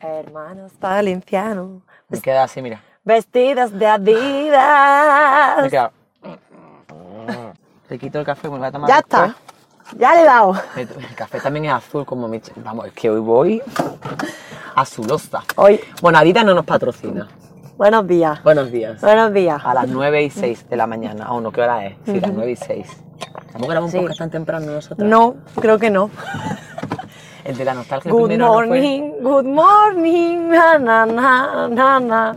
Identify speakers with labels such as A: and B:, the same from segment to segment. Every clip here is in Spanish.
A: Hermanos valencianos.
B: Me queda así, mira.
A: Vestidos de Adidas.
B: Me queda. Te quito el café, me lo voy a tomar.
A: Ya está.
B: después.
A: Ya le he dado.
B: Me to- El café también es azul, como mi. ch- Vamos, es que hoy voy azulosa.
A: Hoy.
B: Bueno, Adidas no nos patrocina.
A: Buenos días.
B: Buenos días.
A: Buenos días.
B: A las 9 y 6 de la mañana. ¿O no? ¿Qué hora es? Sí, las 9 y 6. ¿Hemos grabado un
A: Sí.
B: podcast tan temprano nosotros?
A: No, creo que no.
B: El de la nostalgia
A: Mm. Good
B: primero
A: morning, good morning, na na na na na.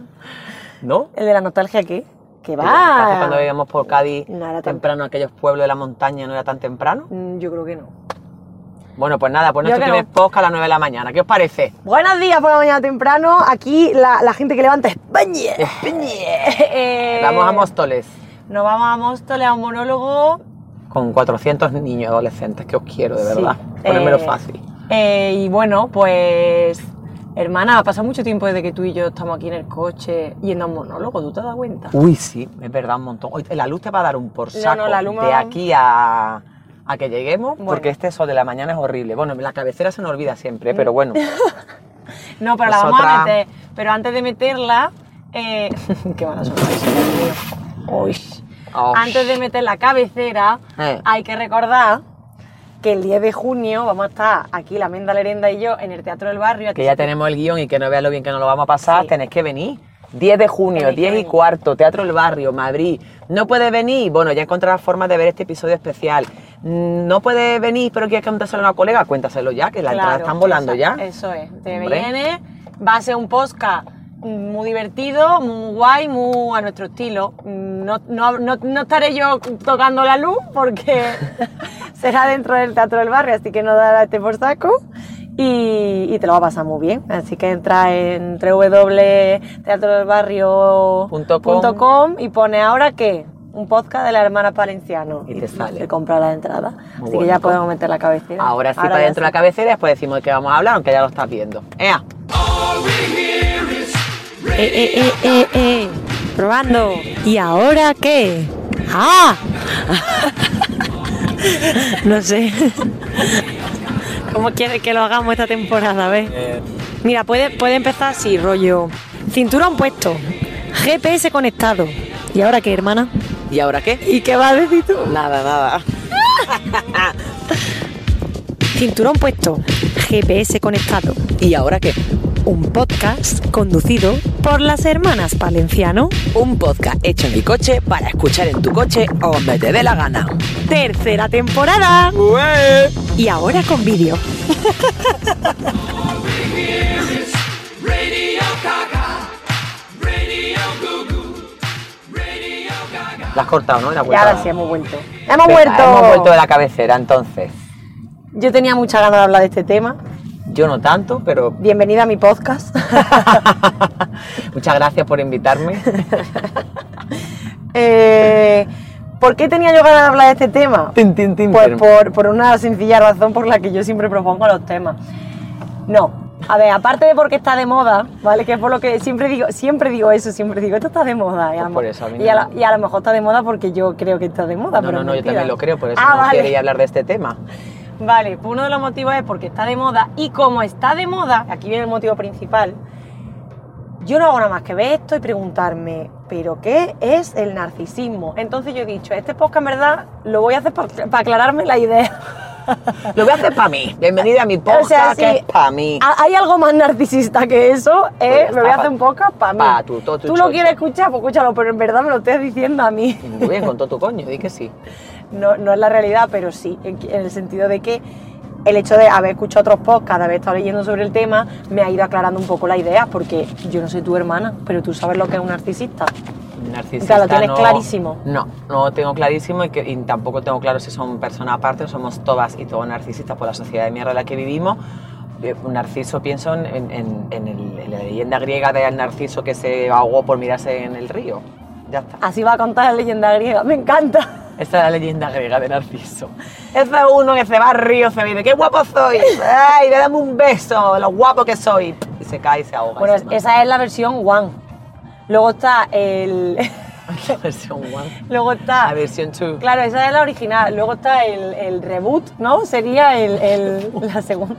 B: no fue.
A: El de la nostalgia aquí. Que
B: ¿No? El de la nostalgia Cuando
A: va.
B: vivíamos por Cádiz
A: No era tan-
B: temprano, aquellos pueblos de la montaña no era tan temprano.
A: Mm, Yo creo que no.
B: Bueno, pues nada, pues
A: Yo
B: nuestro
A: que
B: primer
A: no.
B: podcast a las 9 de la mañana. ¿Qué os parece?
A: Buenos días por la mañana temprano. Aquí la, la gente que levanta España. España. Eh,
B: Vamos a Móstoles
A: Nos vamos a Móstoles a un monólogo.
B: con 400 niños adolescentes que os quiero, de
A: Sí.
B: verdad. Ponérmelo
A: Eh,
B: fácil.
A: eh, y bueno, pues. Hermana, ha pasado mucho tiempo desde que tú y yo estamos aquí en el coche yendo a un monólogo, ¿tú te das cuenta?
B: Uy, sí, es verdad, un montón. Hoy la luz te va a dar un por
A: No,
B: saco
A: no, la luz me
B: de
A: va-
B: aquí a, a que lleguemos,
A: Bueno.
B: porque este sol de la mañana es horrible. Bueno, la cabecera se nos olvida siempre, pero bueno.
A: No, pero la vamos
B: Nosotras-
A: a meter. Pero antes de meterla. Eh... Qué mala sonrisa, Dios mío. Uy.
B: Oh,
A: Antes de meter la cabecera,
B: Eh.
A: hay que recordar que el 10 de junio vamos a estar aquí, la Menda Lerenda y yo, en el Teatro del Barrio.
B: Que ya tenemos el guión y que no veas lo bien que nos lo vamos a pasar,
A: Sí.
B: tenéis que venir. 10 de junio,
A: Tenéis que
B: 10 y
A: venir.
B: cuarto, Teatro El Barrio, Madrid. No puede venir, bueno, ya encontrarás formas de ver este episodio especial. Mm, No puede venir, pero quieres contárselo a una colega, cuéntaselo ya, que las
A: Claro,
B: entradas están volando
A: esa-
B: ya.
A: Eso es. Te
B: Hombre.
A: viene, va a ser un podcast muy divertido, muy guay, muy a nuestro estilo. No, no- no- no estaré yo tocando la luz porque será dentro del Teatro del Barrio, así que no dará este por saco. Y, y te lo va a pasar muy bien. Así que entra en
B: Punto com.
A: www.teatrodelbarrio.com y pone ahora que un podcast de la hermana Palenciano.
B: Y te sale.
A: Se compra la entrada. así
B: Muy
A: que ya
B: bonito.
A: podemos meter la cabecera.
B: Ahora sí,
A: ya
B: para dentro de
A: sí.
B: la cabecera y después decimos de qué vamos a hablar, aunque ya lo estás viendo. ¡Ea!
A: Eh, eh, eh, eh, eh. Probando. ¿Y ahora qué? ¡Ah! No sé. ¿Cómo quieres que lo hagamos esta temporada? A ver.
B: Eh,
A: Mira, puede, puede empezar así, rollo. Cinturón puesto. GPS conectado. ¿Y ahora qué, hermana?
B: ¿Y ahora qué?
A: ¿Y qué vas a decir tú?
B: Nada, nada.
A: Cinturón puesto. GPS conectado.
B: ¿Y ahora qué?
A: Un podcast conducido por las hermanas Palenciano.
B: Un podcast hecho en mi coche para escuchar en tu coche o donde te dé la gana.
A: Tercera temporada. Y ahora con vídeo.
B: La has cortado, ¿no? La has
A: Y ahora
B: vuelto a-
A: sí, hemos vuelto. ¡Hemos
B: Venga,
A: vuelto!
B: Hemos vuelto de la cabecera, entonces.
A: Yo tenía mucha ganas de hablar de este tema.
B: Yo no tanto, pero
A: Bienvenida a mi podcast.
B: muchas gracias por invitarme.
A: Eh, ¿Por qué tenía yo ganas de hablar de este tema?
B: Tin, tin, tin,
A: Pues
B: pero-
A: por, por una sencilla razón por la que yo siempre propongo los temas. No. A ver, aparte de porque está de moda, ¿vale? Que es por lo que siempre digo, siempre digo eso, siempre digo, esto está de moda. Y a, lo
B: Pues por
A: mo-
B: eso, a mí
A: y a
B: no.
A: la- y a lo mejor está de moda porque yo creo que está de moda.
B: No,
A: pero
B: no,
A: es
B: no, yo
A: mentira.
B: también lo creo, por eso
A: Ah,
B: no
A: vale.
B: quería hablar de este tema.
A: Vale, pues uno de los motivos es porque está de moda y como está de moda, aquí viene el motivo principal, yo no hago nada más que ver esto y preguntarme, ¿pero qué es el narcisismo? Entonces yo he dicho, este podcast en verdad lo voy a hacer para aclararme la idea.
B: Lo voy a hacer para mí. Bienvenida a mi
A: O
B: podcast,
A: sea, Ah.
B: que
A: si
B: es para mí.
A: ha- Hay algo más narcisista que eso, ¿eh?
B: Pues
A: me voy a
B: está
A: hacer
B: pa-
A: un podcast para mí.
B: pa' tu- todo tu
A: Tú
B: chocho.
A: lo quieres escuchar, pues escúchalo, pero en verdad me lo estás diciendo a mí.
B: Muy bien, con todo tu coño, di que sí.
A: no, no es la realidad, pero sí, en, que- en el sentido de que el hecho de haber escuchado otros podcasts, de haber estado leyendo sobre el tema, me ha ido aclarando un poco la idea, porque yo no soy tu hermana, pero tú sabes lo que es un narcisista.
B: Narcisista
A: O sea, lo tienes
B: no-
A: clarísimo.
B: No, no lo tengo clarísimo y, que, y tampoco tengo claro si son personas aparte o somos todas y todos narcisistas por la sociedad de mierda en la que vivimos. Eh, Un narciso, pienso en, en- en- en el- en la leyenda griega del narciso que se ahogó por mirarse en el río. Ya está.
A: Así va a contar la leyenda griega, me encanta.
B: Esa es la leyenda griega de Narciso. Ese es uno que se va al río, se dice, ¡qué guapo soy! ¡Ay, le dame un beso! ¡Lo guapo que soy! Y se cae y se ahoga.
A: Bueno,
B: y se
A: esa es la versión one. Luego está el...
B: mata. La versión 1.
A: Luego
B: La
A: está...
B: versión 2.
A: Claro, esa es la original. Luego está el, el reboot, ¿no? Sería el, el- la segunda.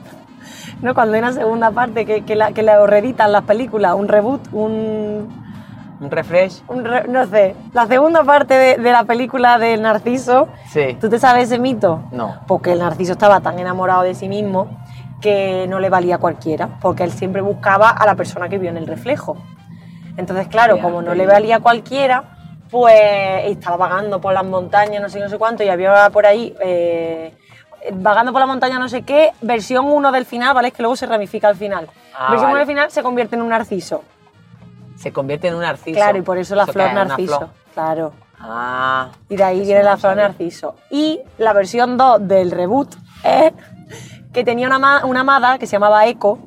A: ¿no? Cuando hay una segunda parte que, que la, que la reeditan las películas, un reboot, un...
B: Un refresh.
A: un re- no sé, la segunda parte de, de la película del Narciso,
B: Sí.
A: ¿tú te sabes ese mito?
B: No.
A: Porque el Narciso estaba tan enamorado de sí mismo que no le valía a cualquiera, porque él siempre buscaba a la persona que vio en el reflejo. Entonces, claro,
B: Ya,
A: como no
B: pero-
A: le valía a cualquiera, pues estaba vagando por las montañas, no sé, no sé cuánto, y había por ahí, eh, vagando por la montaña, no sé qué, versión 1 del final, ¿vale? Es que luego se ramifica al final.
B: Ah,
A: versión 1
B: vale.
A: del final se convierte en un narciso.
B: Se convierte en un narciso.
A: Claro, y por eso la flor
B: que es una
A: narciso.
B: flor.
A: Claro.
B: Ah.
A: Y de ahí
B: Eso
A: viene
B: no
A: la
B: lo
A: flor
B: sabía.
A: narciso. Y la versión 2 del reboot es que tenía una, ama- una amada que se llamaba Eco.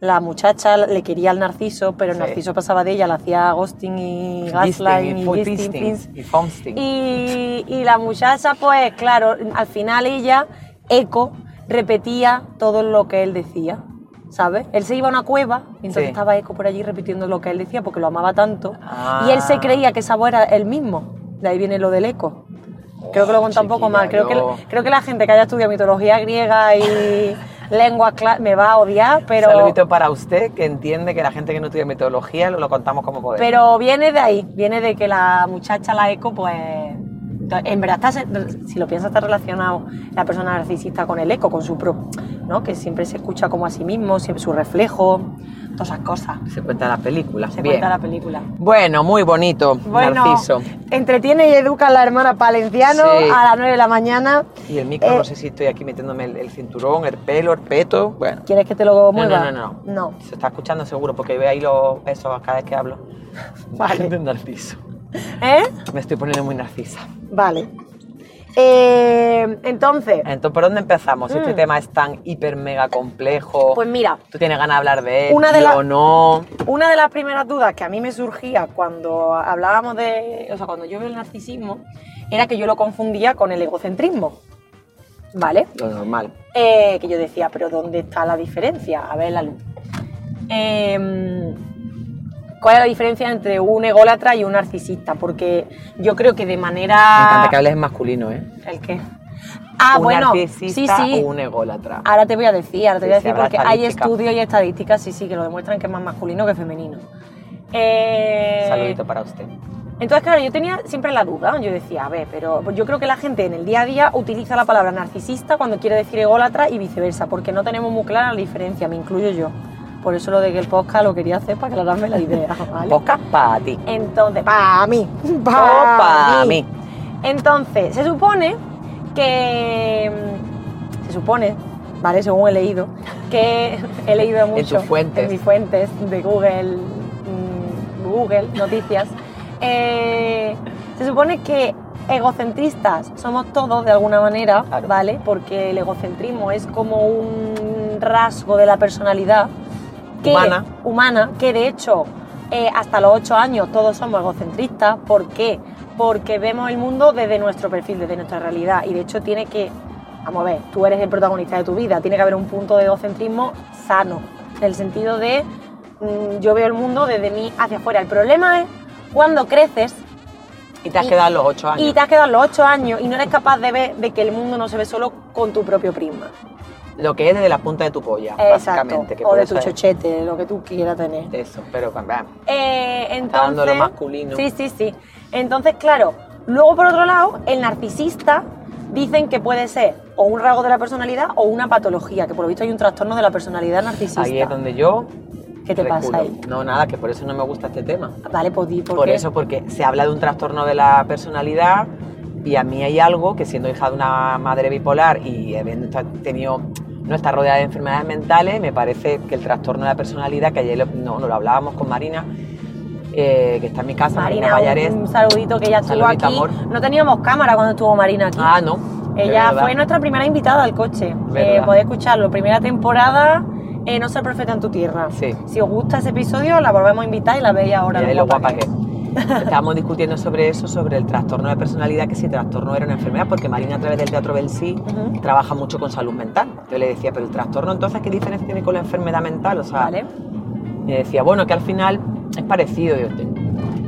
A: La muchacha le quería al narciso, pero el
B: Sí.
A: narciso pasaba de ella, la hacía ghosting y gaslighting
B: Disting
A: y,
B: y
A: ghosting,
B: Disting
A: pins.
B: y Fomsting.
A: Y, y la muchacha, pues claro, al final ella, Eco, repetía todo lo que él decía, ¿sabes? Él se iba a una cueva y entonces
B: Sí.
A: estaba Eco por allí repitiendo lo que él decía porque lo amaba tanto.
B: Ah.
A: Y él se creía que esa voz era él mismo. De ahí viene lo del Eco. Creo que lo he contado un poco
B: Chiquilla,
A: mal. Creo,
B: yo-
A: que, creo que la gente que haya estudiado mitología griega y lenguas cla- me va a odiar, pero...
B: Saludito para usted que entiende que la gente que no estudia mitología lo, lo contamos como podemos.
A: Pero viene de ahí, viene de que la muchacha, la eco, pues. En verdad, está, se- si lo piensas, está relacionado la persona narcisista con el eco, con su pro, ¿no? Que siempre se escucha como a sí mismo, siempre su reflejo, todas esas cosas.
B: se cuenta la película.
A: Se
B: Bien.
A: cuenta la película.
B: Bueno, muy bonito,
A: Bueno,
B: Narciso.
A: entretiene y educa a la hermana Palenciano
B: Sí.
A: a las 9 de la mañana.
B: Y el micro,
A: Eh,
B: no sé si estoy aquí metiéndome el, el cinturón, el pelo, el peto. Bueno,
A: ¿Quieres que te lo
B: no,
A: mueva?
B: no, no, no.
A: No.
B: Se está escuchando seguro porque ve ahí los besos cada vez que hablo.
A: Vale.
B: De narciso.
A: ¿Eh?
B: Me estoy poniendo muy narcisa.
A: Vale. Eh, entonces,
B: Entonces, ¿por dónde empezamos? Este
A: Mm.
B: tema es tan hiper mega complejo.
A: pues mira,
B: Tú tienes ganas de hablar de él,
A: Una de
B: yo
A: la-
B: no.
A: Una de las primeras dudas que a mí me surgía cuando hablábamos de, o sea, cuando yo veo el narcisismo, era que yo lo confundía con el egocentrismo, ¿vale?
B: Lo normal.
A: Eh, que yo decía, pero ¿dónde está la diferencia? A ver, la luz. Eh, ¿Cuál es la diferencia entre un ególatra y un narcisista? Porque yo creo que de
B: Me encanta
A: manera...
B: que hables en masculino, ¿eh?
A: ¿El qué? Ah,
B: un
A: bueno, sí,
B: narcisista
A: sí. Ah,
B: o un ególatra.
A: Ahora te voy a decir, ahora te
B: Sí,
A: voy a
B: sí,
A: decir
B: habrá
A: porque hay
B: estadística.
A: estudios y estadísticas, sí, sí, que lo demuestran que es más masculino que femenino. Eh,
B: Saludito para usted.
A: Entonces, claro, yo tenía siempre la duda, yo decía, a ver, pero pues yo creo que la gente en el día a día utiliza la palabra narcisista cuando quiere decir ególatra y viceversa, porque no tenemos muy clara la diferencia, me incluyo yo. Por eso lo de que el podcast lo quería hacer para aclararme la idea, ¿vale?
B: Pocas para ti.
A: Entonces, para mí,
B: No
A: pa'
B: pa' mí.
A: Entonces, se supone que. mm, Se supone, ¿vale? Según he leído, que he leído mucho.
B: tus fuentes.
A: En mis fuentes de Google, mm, Google, noticias. eh, se supone que egocentristas somos todos de alguna manera,
B: Claro.
A: ¿vale? Porque el egocentrismo es como un rasgo de la personalidad que-
B: Humana.
A: humana, que de hecho eh, hasta los 8 años todos somos egocentristas. ¿Por qué? Porque vemos el mundo desde nuestro perfil, desde nuestra realidad. Y de hecho tiene que, vamos a ver, tú eres el protagonista de tu vida, tiene que haber un punto de egocentrismo sano, en el sentido de mm, yo veo el mundo desde mí hacia afuera. El problema es cuando creces
B: Y te has
A: Y-
B: quedado a los ocho años.
A: y te has quedado a los 8 años y no eres capaz de ver de que el mundo no se ve solo con tu propio prisma.
B: Lo que es desde la punta de tu polla,
A: Exacto.
B: básicamente. Que
A: O
B: por
A: de
B: eso
A: tu
B: es
A: chochete, lo que tú quieras tener.
B: Eso, pero con- bah,
A: Eh, entonces,
B: Está dando lo masculino.
A: Sí, sí, sí. Entonces, claro, luego por otro lado, el narcisista dicen que puede ser o un rasgo de la personalidad o una patología, que por lo visto hay un trastorno de la personalidad narcisista.
B: ahí es donde yo.
A: ¿Qué te pasa
B: reculo.
A: ahí?
B: No, nada, que por eso no me gusta este tema.
A: Vale, pues di por,
B: Por
A: qué.
B: eso, porque se habla de un trastorno de la personalidad y a mí hay algo que siendo hija de una madre bipolar y habiendo esta- tenido no estar rodeada de enfermedades mentales, me parece que el trastorno de la personalidad, que ayer lo- no, no lo hablábamos con Marina, eh, que está en mi casa, Marina,
A: Marina,
B: Vallarés.
A: un, un saludito que ella estuvo
B: Saludito,
A: aquí.
B: amor.
A: No teníamos cámara cuando estuvo Marina aquí.
B: Ah, no. de
A: ella
B: verdad.
A: fue nuestra primera invitada al coche. Eh,
B: Verdad.
A: podéis escucharlo. Primera temporada, eh, No ser profeta en tu tierra.
B: Sí.
A: Si os gusta ese episodio, la volvemos a invitar y la veis ahora.
B: Mira de
A: lo
B: lo guapa que es. Estábamos discutiendo sobre eso, sobre el trastorno de personalidad, que si trastorno era una enfermedad, porque Marina a través del Teatro Belsi
A: Ujú.
B: trabaja mucho con salud mental. Yo le decía, pero el trastorno entonces, ¿qué diferencia tiene con la enfermedad mental? O sea,
A: Vale.
B: me decía, bueno, que al final es parecido. Yo te,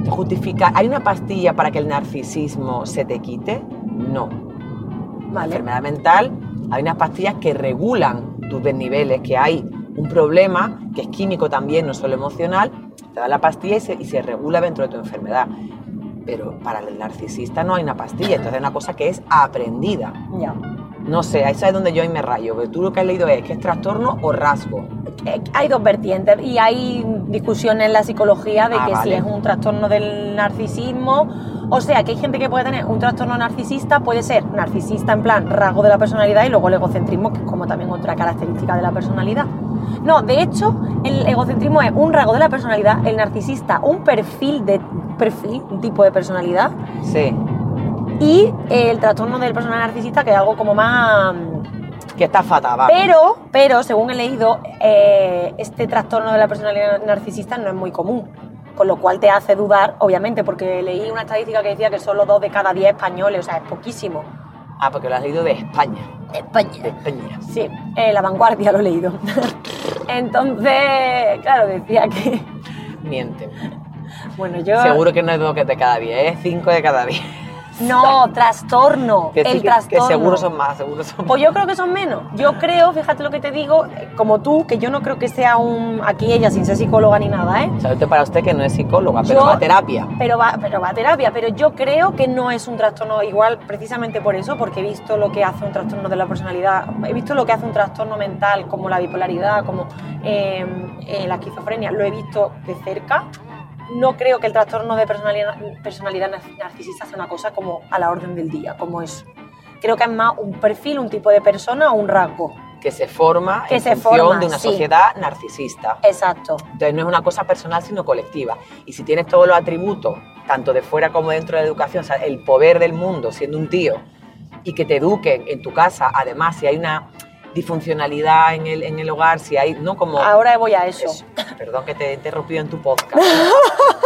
B: te justifica, ¿hay una pastilla para que el narcisismo se te quite? No. La
A: Vale.
B: enfermedad mental, hay unas pastillas que regulan tus desniveles, que hay un problema que es químico también, no solo emocional, te da la pastilla y se, y se regula dentro de tu enfermedad. Pero para el narcisista no hay una pastilla, entonces es una cosa que es aprendida.
A: Ya.
B: No sé, ahí es donde yo ahí me rayo, pero tú lo que has leído es que es trastorno o rasgo.
A: Eh, Hay dos vertientes y hay discusiones en la psicología de
B: Ah,
A: que si
B: vale.
A: es un trastorno del narcisismo, o sea, que hay gente que puede tener un trastorno narcisista, puede ser narcisista en plan rasgo de la personalidad y luego el egocentrismo, que es como también otra característica de la personalidad. No, de hecho, el egocentrismo es un rasgo de la personalidad, el narcisista un perfil de perfil, un tipo de personalidad
B: Sí,
A: y el trastorno del personal narcisista que es algo como más mm,
B: que está fatal, va.
A: pero, pero, según he leído, eh, este trastorno de la personalidad narcisista no es muy común. Con lo cual te hace dudar, obviamente, porque leí una estadística que decía que solo dos de cada diez españoles, o sea, es poquísimo.
B: Ah, porque lo has leído de España. De
A: España.
B: España.
A: Sí, eh, la vanguardia lo he leído. Entonces, claro, decía que.
B: Miente.
A: Bueno, yo.
B: Seguro que no es dos que de cada 10, es 5 de cada 10.
A: No, trastorno.
B: Que, sí,
A: el
B: que- que
A: trastorno.
B: seguro son más, seguro son más.
A: Pues yo creo que son menos. Yo creo, fíjate lo que te digo, eh, como tú, que yo no creo que sea un. Aquí ella, sin ser psicóloga ni nada, ¿eh?
B: Salute para usted que no es psicóloga, pero
A: Yo-
B: va a terapia.
A: Pero va, pero va a terapia, pero yo creo que no es un trastorno igual precisamente por eso, porque he visto lo que hace un trastorno de la personalidad, he visto lo que hace un trastorno mental como la bipolaridad, como eh, eh, la esquizofrenia, lo he visto de cerca. No creo que el trastorno de personalidad, personalidad nar- narcisista sea una cosa como a la orden del día, como eso. Creo que es más un perfil, un tipo de persona o un rasgo.
B: Que se forma
A: Que
B: en
A: se
B: función
A: forma,
B: de una
A: sí.
B: sociedad narcisista.
A: Exacto.
B: Entonces no es una cosa personal, sino colectiva. Y si tienes todos los atributos, tanto de fuera como dentro de la educación, o sea, el poder del mundo siendo un tío, y que te eduquen en tu casa, además, si hay una disfuncionalidad en el, en el hogar, si hay, ¿no? Como...
A: Ahora voy a eso.
B: Eso. Perdón que te he interrumpido en tu podcast.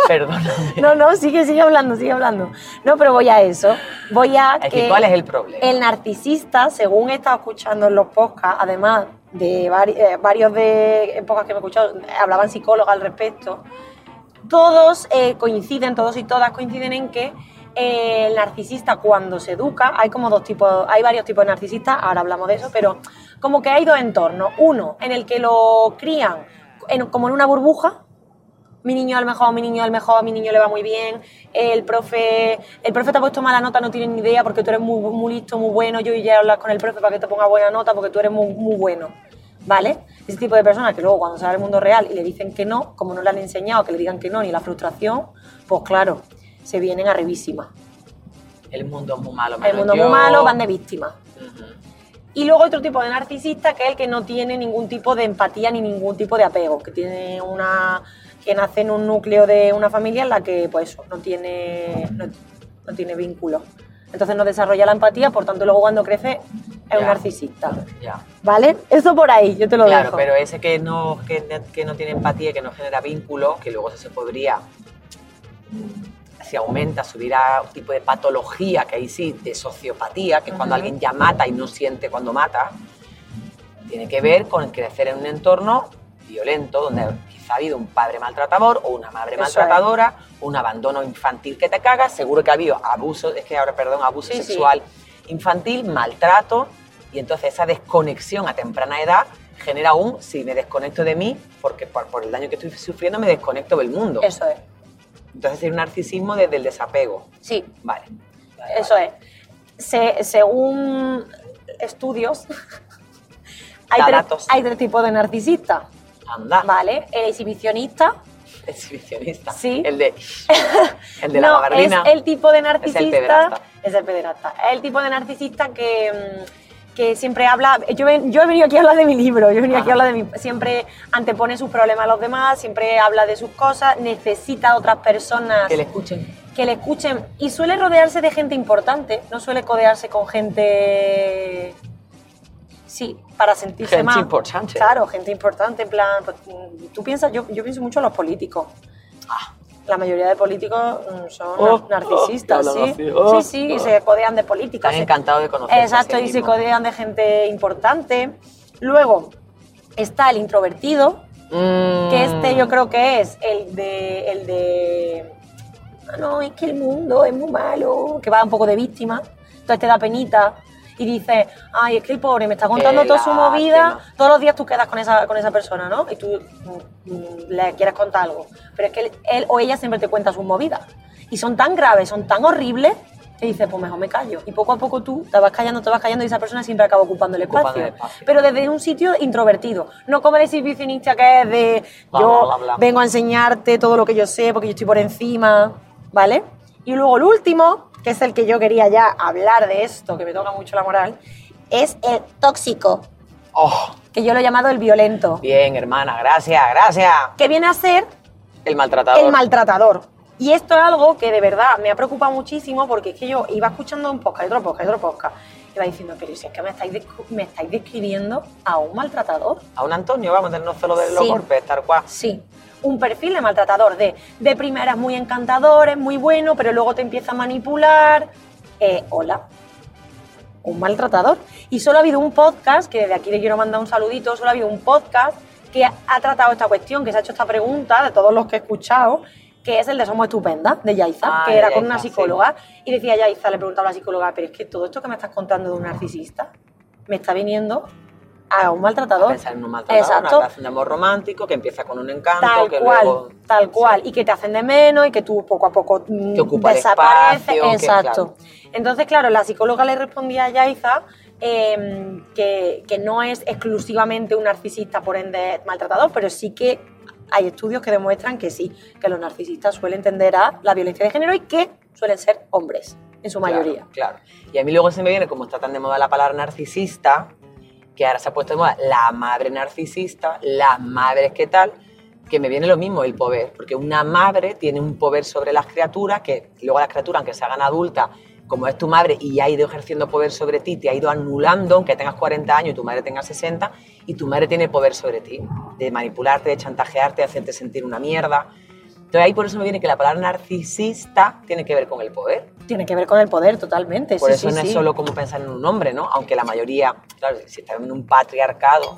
B: Perdóname.
A: No, no, sigue, sigue hablando, sigue hablando. No, pero voy a eso. Voy a
B: Es que
A: que-
B: ¿Cuál es el problema?
A: El narcisista, según he estado escuchando en los podcasts, además de vari- eh, varios de podcasts que me he escuchado, hablaban psicólogas al respecto, todos eh, coinciden, todos y todas coinciden en que eh, el narcisista cuando se educa, hay como dos tipos, hay varios tipos de narcisistas, ahora hablamos de eso, pero como que hay dos entornos. Uno, en el que lo crían en- como en una burbuja, mi niño al mejor, mi niño al mejor, mi niño le va muy bien, el profe, el profe te ha puesto mala nota, no tienes ni idea porque tú eres muy, muy listo, muy bueno, yo ya hablas con el profe para que te ponga buena nota porque tú eres muy, muy bueno, ¿vale? Ese tipo de personas que luego cuando sale al mundo real y le dicen que no, como no le han enseñado que le digan que no, ni la frustración, pues claro, se vienen arribísimas.
B: El mundo es muy malo.
A: El
B: menos
A: mundo es
B: yo.
A: muy malo, van de víctimas.
B: Ujú.
A: Y luego otro tipo de narcisista que es el que no tiene ningún tipo de empatía ni ningún tipo de apego, que tiene una que nace en un núcleo de una familia en la que pues eso, no tiene no, no tiene vínculo. Entonces no desarrolla la empatía, por tanto luego cuando crece es un
B: Ya.
A: narcisista.
B: Ya.
A: ¿Vale? Eso por ahí, yo te lo
B: Claro,
A: dejo.
B: pero ese que no, que, que no tiene empatía, que no genera vínculos, que luego eso se podría, si aumenta, subir a un tipo de patología, que ahí sí, de sociopatía, que es cuando
A: Ujú.
B: alguien ya mata y no siente cuando mata, tiene que ver con crecer en un entorno violento, donde quizá ha habido un padre maltratador o una madre
A: Eso es.
B: maltratadora, un abandono infantil que te caga, seguro que ha habido abuso, es que ahora, perdón, abuso
A: Sí, sí.
B: sexual infantil, maltrato, y entonces esa desconexión a temprana edad genera un, si me desconecto de mí, porque por, por el daño que estoy sufriendo me desconecto del mundo.
A: Eso es.
B: Entonces hay un narcisismo desde el desapego.
A: Sí,
B: Vale. Vale,
A: Eso es. Se- según estudios, hay, tres,
B: Datos.
A: hay tres tipos de narcisistas,
B: vale. Anda,
A: ¿vale? El exhibicionista,
B: exhibicionista.
A: Sí.
B: El de, el de la
A: no,
B: gabardina.
A: Es el tipo de
B: Es el
A: narcisista.
B: pederasta.
A: Es el pederasta. Es el tipo de narcisista que, mm, que siempre habla. Yo, ven- yo he venido aquí a hablar de mi libro, yo he venido aquí a
B: Ajá.
A: hablar de mi. Siempre antepone sus problemas a los demás, siempre habla de sus cosas, necesita a otras personas
B: Que le escuchen.
A: que le escuchen y suele rodearse de gente importante, no suele codearse con gente. Sí, para sentirse
B: Gente
A: más.
B: importante.
A: Claro, gente importante, en plan. pues, mm, Tú piensas, yo, yo pienso mucho en los políticos. La mayoría de políticos mm, son
B: Ah. Oh,
A: nar- narcisistas,
B: oh,
A: ¿sí?
B: que hablan así, oh,
A: sí, sí, y
B: oh.
A: se codean de política.
B: Están
A: se-
B: encantados de conocerse.
A: Exacto,
B: a sí
A: y se
B: mismos.
A: codean de gente importante. Luego está el introvertido,
B: Mm.
A: que este yo creo que es el de el de "Ah, no es que el mundo es muy malo que va un poco de víctima entonces te da penita y dices, ay, es que el pobre me está contando
B: Qué
A: toda su movida,
B: lástima.
A: todos los días tú quedas con esa, con esa persona, ¿no? Y tú mm, mm, le quieres contar algo. Pero es que él, él o ella siempre te cuenta sus movidas. Y son tan graves, son tan horribles, que dices, pues mejor me callo. Y poco a poco tú te vas callando, te vas callando y esa persona siempre acaba ocupando el
B: Ocupando
A: espacio.
B: el espacio.
A: Pero desde un sitio introvertido. No como el exhibicionista que es de
B: Bla,
A: yo
B: bla, bla, bla.
A: vengo a enseñarte todo lo que yo sé porque yo estoy por encima, ¿vale? Y luego el último, que es el que yo quería ya hablar de esto, que me toca mucho la moral, es el tóxico,
B: Oh,
A: que yo lo he llamado el violento,
B: bien, hermana, gracias, gracias.
A: que viene a ser
B: El maltratador.
A: el maltratador. Y esto es algo que de verdad me ha preocupado muchísimo porque es que yo iba escuchando un podcast, y otro podcast, y otro podcast. y Iba diciendo, pero si es que me estáis, descu- me estáis describiendo a un maltratador.
B: A un Antonio, vamos, no solo de los
A: Sí.
B: golpes, tal cual.
A: Sí, un perfil de maltratador, de, de primeras muy encantador, es muy bueno, pero luego te empieza a manipular. Eh, hola, un maltratador. Y solo ha habido un podcast, que desde aquí le quiero mandar un saludito, solo ha habido un podcast que ha, ha tratado esta cuestión, que se ha hecho esta pregunta de todos los que he escuchado, que es el de Somos Estupenda, de Yaiza,
B: Ah,
A: que
B: de
A: era con
B: Yaiza,
A: una
B: sí.
A: psicóloga. Y decía Yaiza, le preguntaba a la psicóloga, pero es que todo esto que me estás contando de un narcisista me está viniendo a un maltratador.
B: Pensar en un maltratador,
A: Exacto.
B: una relación de amor romántico que empieza con un encanto,
A: Tal
B: que
A: cual,
B: luego...
A: tal cual. Y que te hacen de menos y que tú poco a poco mm,
B: Que ocupa el espacio, que,
A: Exacto. Entonces, claro, la psicóloga le respondía a Yaiza eh, que, que no es exclusivamente un narcisista, por ende, maltratador, pero sí que hay estudios que demuestran que sí, que los narcisistas suelen tender a la violencia de género y que suelen ser hombres, en su
B: Claro,
A: mayoría.
B: Claro. Y a mí luego se me viene, como está tan de moda la palabra narcisista, que ahora se ha puesto de moda la madre narcisista, las madres que tal, que me viene lo mismo el poder, porque una madre tiene un poder sobre las criaturas, que luego las criaturas, aunque se hagan adultas, como es tu madre y ya ha ido ejerciendo poder sobre ti, te ha ido anulando, aunque tengas 40 años y tu madre tenga 60, y tu madre tiene poder sobre ti, de manipularte, de chantajearte, de hacerte sentir una mierda. Entonces ahí por eso me viene que la palabra narcisista tiene que ver con el poder.
A: Tiene que ver con el poder totalmente.
B: Por
A: sí,
B: eso
A: sí,
B: no
A: sí.
B: es solo como pensar en un hombre, ¿no? Aunque la mayoría, claro, si estamos en un patriarcado,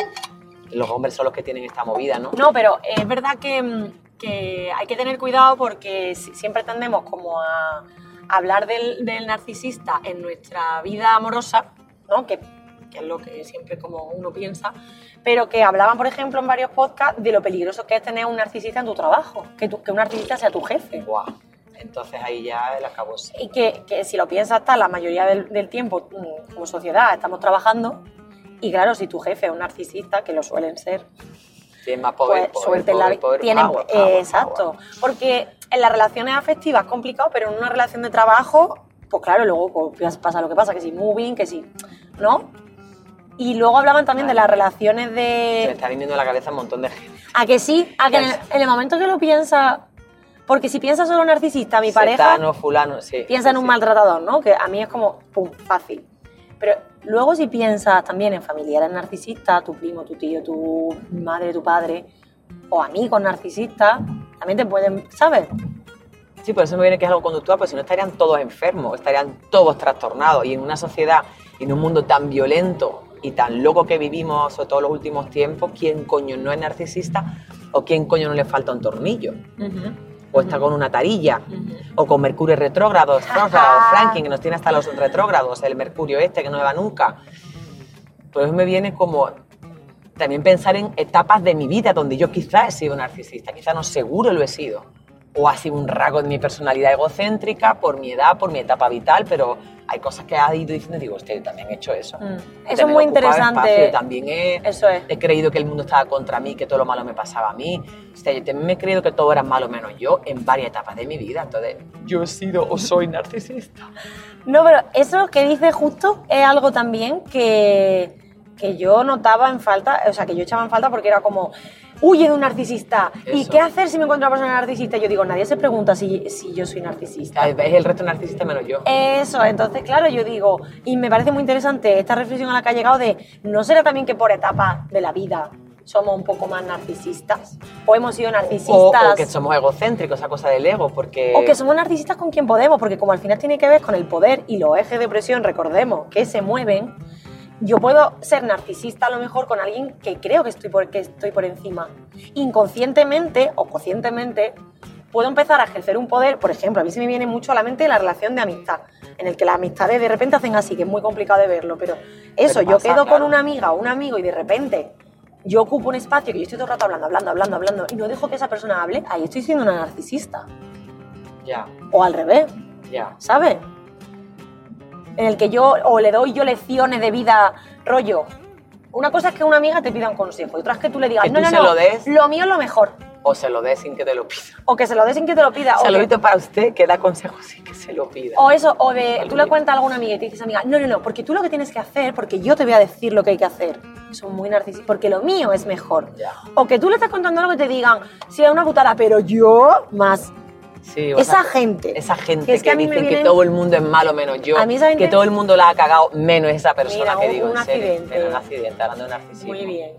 B: los hombres son los que tienen esta movida, ¿no?
A: No, pero es verdad que, mm, que hay que tener cuidado porque si- siempre tendemos como a hablar del, del narcisista en nuestra vida amorosa, ¿no? Que, que es lo que siempre como uno piensa, pero que hablaban, por ejemplo, en varios podcasts de lo peligroso que es tener un narcisista en tu trabajo, que, tu- que un narcisista sea tu jefe.
B: Buah, Entonces ahí ya el acabó.
A: Y que, que si lo piensas, está la mayoría del, del tiempo mm, como sociedad estamos trabajando y claro, si tu jefe es un narcisista, que lo suelen ser,
B: Tienen más poder,
A: pues,
B: poder,
A: suerte en la
B: poder,
A: vi-
B: poder,
A: tienen-
B: power,
A: eh,
B: power, power.
A: exacto porque en las relaciones afectivas es complicado pero en una relación de trabajo pues claro luego pues, pasa lo que pasa que si moving que si no y luego hablaban también de las relaciones
B: Se me
A: de
B: está viniendo a la cabeza un montón de gente.
A: a que sí a que en el, en el momento que lo piensa porque si piensa solo un narcisista mi pareja
B: Setano, fulano, sí.
A: piensa en
B: sí,
A: un
B: sí.
A: maltratador, ¿no? Que a mí es como, pum, fácil. Pero luego si piensas también en familiares narcisistas, tu primo, tu tío, tu madre, tu padre, o amigos narcisistas, también te pueden, ¿sabes?
B: Sí, por eso me viene que es algo conductual, porque si no estarían todos enfermos, estarían todos trastornados. Y en una sociedad, en un mundo tan violento y tan loco que vivimos, sobre todo los últimos tiempos, ¿quién coño no es narcisista o quién coño no le falta un tornillo? o está con una tarilla, o con Mercurio retrógrado, retrógrado, Franklin, que nos tiene hasta los retrógrados, el Mercurio este que no va nunca. Por eso me viene como también pensar en etapas de mi vida donde yo quizá he sido narcisista, quizá no seguro lo he sido, o ha sido un rasgo de mi personalidad egocéntrica por mi edad, por mi etapa vital, pero hay cosas que ha ido diciendo, digo, usted también he hecho eso.
A: Mm. Eso es
B: También
A: muy
B: he ocupado
A: interesante.
B: espacio, también he,
A: Eso es.
B: he creído que el mundo estaba contra mí, que todo lo malo me pasaba a mí. O sea, yo también he creído que todo era malo menos yo en varias etapas de mi vida. Entonces, yo he sido o soy narcisista.
A: No, pero eso que dices justo es algo también que, que yo notaba en falta, o sea, que yo echaba en falta porque era como, huye de un narcisista. ¿Y
B: Eso.
A: qué hacer si me encuentro una persona narcisista? Yo digo, nadie se pregunta si, si yo soy
B: O
A: narcisista.
B: sea, es el resto narcisista menos yo.
A: Eso, entonces, claro, yo digo, y me parece muy interesante esta reflexión a la que ha llegado de, ¿no será también que por etapas de la vida somos un poco más narcisistas? ¿O hemos sido narcisistas?
B: O, o que somos egocéntricos, esa cosa del ego, porque...
A: o que somos narcisistas con quien podemos, porque como al final tiene que ver con el poder y los ejes de presión, recordemos, que se mueven, yo puedo ser narcisista a lo mejor con alguien que creo que estoy por, que estoy por encima. Inconscientemente o conscientemente puedo empezar a ejercer un poder, por ejemplo, a mí se me viene mucho a la mente la relación de amistad. en el que las amistades de repente hacen así, que es muy complicado de verlo, pero eso,
B: Pero
A: yo
B: pasa,
A: quedo con
B: claro.
A: una amiga o un amigo y de repente yo ocupo un espacio que yo estoy todo el rato hablando, hablando, hablando, hablando y no dejo que esa persona hable, ahí estoy siendo una narcisista.
B: Ya,
A: O al revés,
B: ya.
A: ¿sabes? En el que yo o le doy yo lecciones de vida, rollo. Una cosa es que una amiga te pida un consejo y otra es que tú le digas,
B: Que
A: no,
B: tú
A: no,
B: se
A: no,
B: lo des".
A: lo mío es lo mejor.
B: O se lo dé sin que te lo pida.
A: O que se lo des sin que te lo pida. o, que-
B: Saludito para usted que da consejos sin que se lo pida.
A: Ah, o eso, o de tú le cuentas a alguna amiga y te dices, amiga, no, no, no, porque tú lo que tienes que hacer, porque yo te voy a decir lo que hay que hacer. Son muy narcisistas, porque lo mío es mejor.
B: Ya.
A: O que tú le estás contando algo que te digan, sí, es una putada, pero yo más.
B: Sí, o
A: Esa
B: sea,
A: gente.
B: Esa gente
A: Que
B: que,
A: es que a mí me
B: dicen que
A: vienen-
B: todo el mundo es malo menos yo,
A: A mí esa gente-
B: que todo el mundo la ha cagado menos esa persona
A: Mira,
B: que
A: un-
B: digo,
A: un
B: en serio,
A: accidente.
B: pero un accidente, hablando de narcisismo.
A: Muy bien.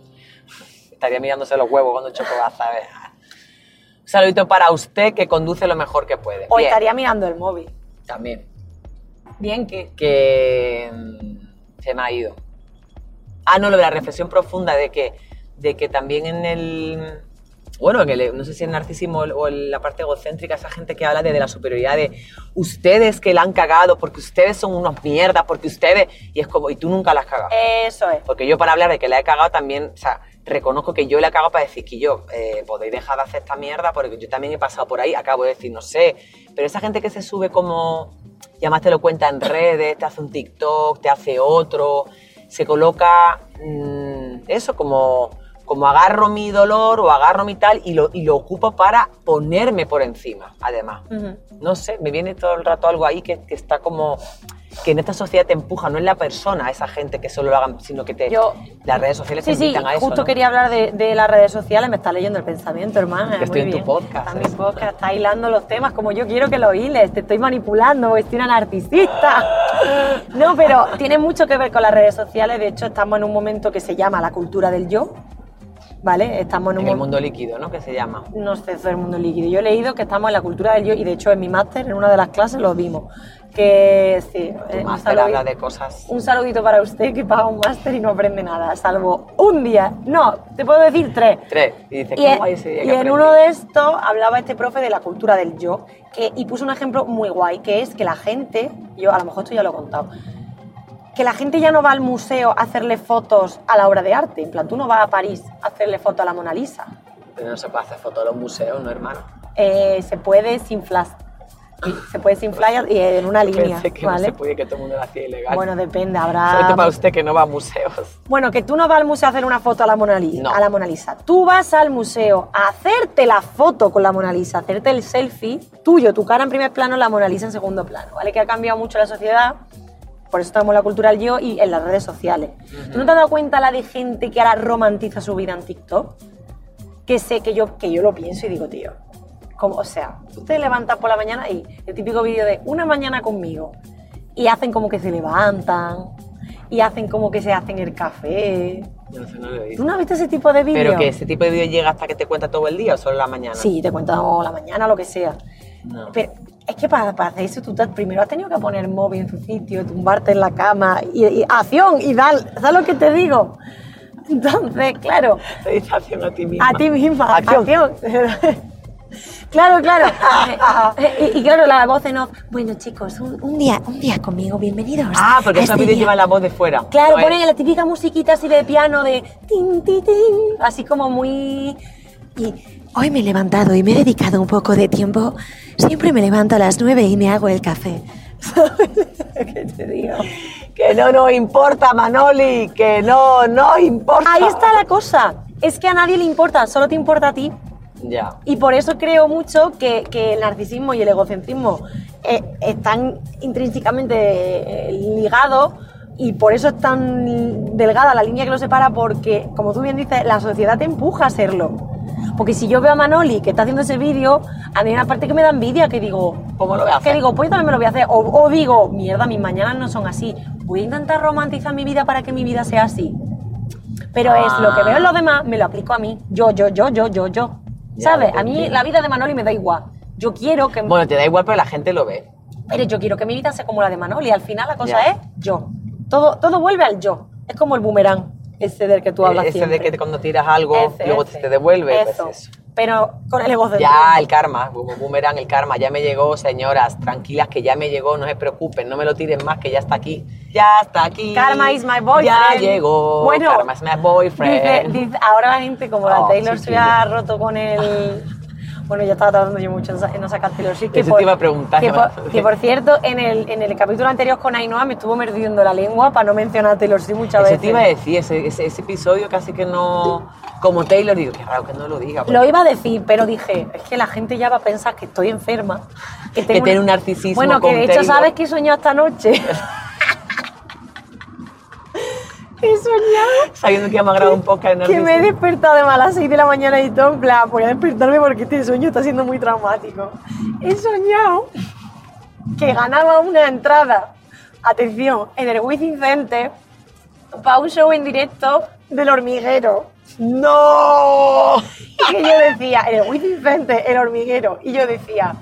B: Estaría mirándose los huevos cuando choco baza, a ver. Un saludito para usted que conduce lo mejor que puede.
A: O
B: Bien,
A: estaría mirando el móvil.
B: También.
A: Bien que.
B: que mm, se me ha ido. Ah, no, lo de la reflexión profunda de que, de que también en el... Bueno, en el- no sé si el narcisismo o en la parte egocéntrica, esa gente que habla de, de la superioridad de ustedes que la han cagado, porque ustedes son unos mierdas, porque ustedes... Y es como, y tú nunca la has cagado.
A: Eso es.
B: Porque yo para hablar de que la he cagado también, o sea, reconozco que yo la he cagado para decir que yo eh, podéis dejar de hacer esta mierda porque yo también he pasado por ahí, acabo de decir, no sé, pero esa gente que se sube como, ya más te lo cuenta en redes, te hace un TikTok, te hace otro, se coloca mm, eso como, como agarro mi dolor o agarro mi tal y lo, y lo ocupo para ponerme por encima, además
A: Ujú.
B: no sé, me viene todo el rato algo ahí que, que está como que en esta sociedad te empuja, no es la persona, esa gente que solo lo hagan, sino que te
A: Yo-
B: las redes sociales
A: Sí,
B: te
A: sí,
B: invitan a eso.
A: justo
B: ¿no?
A: quería hablar de, de las redes sociales, me está leyendo el pensamiento, hermana.
B: Que estoy
A: muy
B: en tu
A: bien.
B: podcast,
A: Está en
B: ¿eh?
A: mi podcast, está hilando los temas como yo quiero que lo hiles, te estoy manipulando, porque estoy una narcisista. No, pero tiene mucho que ver con las redes sociales, de hecho estamos en un momento que se llama la cultura del yo, ¿vale? Estamos en un
B: En el
A: mo-
B: mundo líquido, ¿no? Que se llama.
A: no sé, todo el mundo líquido. Yo he leído que estamos en la cultura del yo y de hecho en mi máster, en una de las clases lo vimos. Que sí,
B: Tu
A: eh, un
B: máster
A: saludo-
B: habla de cosas.
A: un saludito para usted que paga un máster y no aprende nada, salvo un día. No, te puedo decir tres.
B: Tres. Y dices,
A: Y,
B: qué guay ese día
A: y
B: que
A: en
B: aprendí".
A: uno de estos hablaba este profe de la cultura del yo que, y puso un ejemplo muy guay, que es que la gente, yo a lo mejor esto ya lo he contado, que la gente ya no va al museo a hacerle fotos a la obra de arte. En plan, tú no vas a París a hacerle foto a la Mona Lisa.
B: Pero no se puede hacer fotos en los museos, ¿no, hermano?
A: Eh, se puede sin flash. Sí, Se puede sin flash y en una línea,
B: Ah. Pensé que no
A: ¿vale?
B: se podía, que todo el mundo lo hacía ilegal.
A: bueno, ah, depende,
B: Sobre para
A: habrá...
B: usted que no va a museos.
A: Bueno, que tú no vas al museo a hacer una foto a la Mona Lisa.
B: No.
A: A la Mona Lisa. Tú vas al museo a hacerte la foto con la Mona Lisa, hacerte el selfie tuyo, tu cara en primer plano, la Mona Lisa en segundo plano, ¿vale? Que ha cambiado mucho la sociedad. Por eso estamos en la cultura del yo y en las redes sociales. ¿Tú no te has dado cuenta la de gente que ahora romantiza su vida en TikTok? que sé que yo, que yo lo pienso y digo, tío, como, o sea, tú te levantas por la mañana y el típico vídeo de una mañana conmigo y hacen como que se levantan y hacen como que se hacen el café.
B: No sé, no lo he
A: ¿Tú
B: visto.
A: no has visto ese tipo de vídeos?
B: Pero que ese tipo de vídeo llega hasta que te cuenta todo el día o solo la mañana.
A: Sí, te contamos la mañana, lo que sea.
B: No.
A: Pero es que para, para hacer eso tú te has- primero has tenido que poner el móvil en tu sitio, tumbarte en la cama y, y acción y dar, ¿sabes lo que te digo? Entonces, claro,
B: Te dice acción a ti misma.
A: A ti misma.
B: Acción.
A: claro, claro. y, y claro, la voz en off. Bueno, chicos, un, un día, un día conmigo, bienvenidos.
B: Ah, porque
A: a
B: esos
A: este
B: vídeos
A: día.
B: llevan la voz de fuera.
A: Claro,
B: No es-
A: ponen la típica musiquita así de piano de tin, tin, tin, así como muy...
C: Y hoy me he levantado y me he dedicado un poco de tiempo. Siempre me levanto a las 9 y me hago el café.
A: ¿Qué te digo?
B: Que no nos importa, Manoli, que no nos importa.
A: Ahí está la cosa. Es que a nadie le importa, solo te importa a ti.
B: Ya.
A: Y por eso creo mucho que, que el narcisismo y el egocentrismo eh, están intrínsecamente eh, ligados y por eso es tan delgada la línea que los separa porque, como tú bien dices, la sociedad te empuja a serlo. Porque si yo veo a Manoli que está haciendo ese vídeo, a mí hay una parte que me da envidia, que digo,
B: ¿Cómo lo voy a
A: que
B: hacer?
A: digo, pues yo también me lo voy a hacer. O, o digo, mierda, mis mañanas no son así. Voy a intentar romantizar mi vida para que mi vida sea así. Pero es lo que
B: Ah.
A: veo en los demás, me lo aplico a mí. Yo, yo, yo, yo, yo, yo.
B: Ya,
A: ¿Sabes? A
B: entendí.
A: mí la vida de Manoli me da igual. Yo quiero que.
B: Bueno, te da igual, pero la gente lo ve.
A: Pero yo quiero que mi vida sea como la de Manoli. Al final la cosa
B: Ya.
A: es yo. Todo, todo vuelve al yo. Es como el boomerang, ese del que tú hablas
B: E- Ese de
A: siempre.
B: que te- cuando tiras algo,
A: Ese,
B: luego
A: ese.
B: te devuelve. pues
A: Eso.
B: eso.
A: pero con el ego
B: Ya, el karma, como boomerang, el karma, ya me llegó, señoras, tranquilas, que ya me llegó, no se preocupen, no me lo tiren más, que ya está aquí, ya está aquí.
A: Karma is my boyfriend.
B: Ya llegó,
A: Bueno,
B: karma is my boyfriend.
A: Dice- dice- ahora la gente, como la
B: Oh,
A: Taylor
B: sí,
A: Swift ha roto con el. Bueno, ya estaba tardando yo mucho en, sa- en no sacar Taylor Swift. Que
B: Eso te iba a preguntar,
A: Que
B: ¿no?
A: por, que por cierto, en el, en el capítulo anterior con Ainhoa me estuvo mordiendo la lengua para no mencionar a Taylor Swift muchas
B: Eso
A: veces.
B: te iba a decir, ese, ese- ese episodio casi que no, como Taylor, digo, qué raro que no lo diga.
A: Lo iba a decir, pero dije, es que la gente ya va a pensar que estoy enferma. Que, tengo
B: tiene un narcisismo
A: Bueno,
B: con
A: que de hecho
B: Taylor.
A: sabes que he soñado esta noche. he soñado
B: sabiendo que ya me ha grabado un podcast de
A: que me he
B: narcisismo.
A: despertado de malas 6 de la mañana y todo, en plan, voy a despertarme porque este sueño está siendo muy traumático. He soñado que ganaba una entrada, atención, en el Wizzing Center para un show en directo del hormiguero.
B: ¡No!
A: Y que yo decía, en el Wizzing Center, el hormiguero. Y yo decía,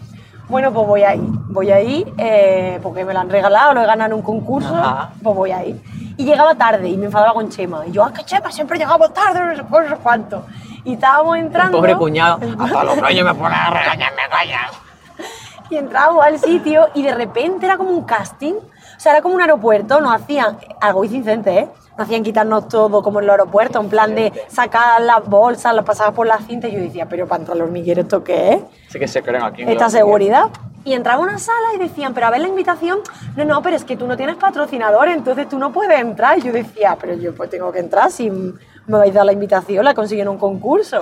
A: bueno, pues voy ahí. Voy ahí eh, porque me lo han regalado, lo he ganado en un concurso,
B: Ajá.
A: pues voy ahí. Y llegaba tarde y me enfadaba con Chema. Y yo, ah, que Chema, siempre llegamos tarde, no sé por cuánto. Y estábamos
B: El
A: entrando.
B: pobre cuñado, hasta los rollos me pone a regañarme, coño.
A: Y entrábamos al sitio y de repente era como un casting. O sea, era como un aeropuerto, nos hacían, algo indecente, ¿eh? Nos hacían quitarnos todo como en el aeropuerto, en plan de sacar las bolsas, las pasabas por la cinta. Y yo decía, pero para entrar al hormiguero, ¿esto qué es?
B: Así que se creen aquí. en
A: esta
B: los-
A: seguridad. Y entraba a una sala y decían, pero a ver la invitación, no, no, pero es que tú no tienes patrocinador, entonces tú no puedes entrar. Y yo decía, pero yo pues tengo que entrar si m- me vais a dar la invitación, la consiguen en un concurso.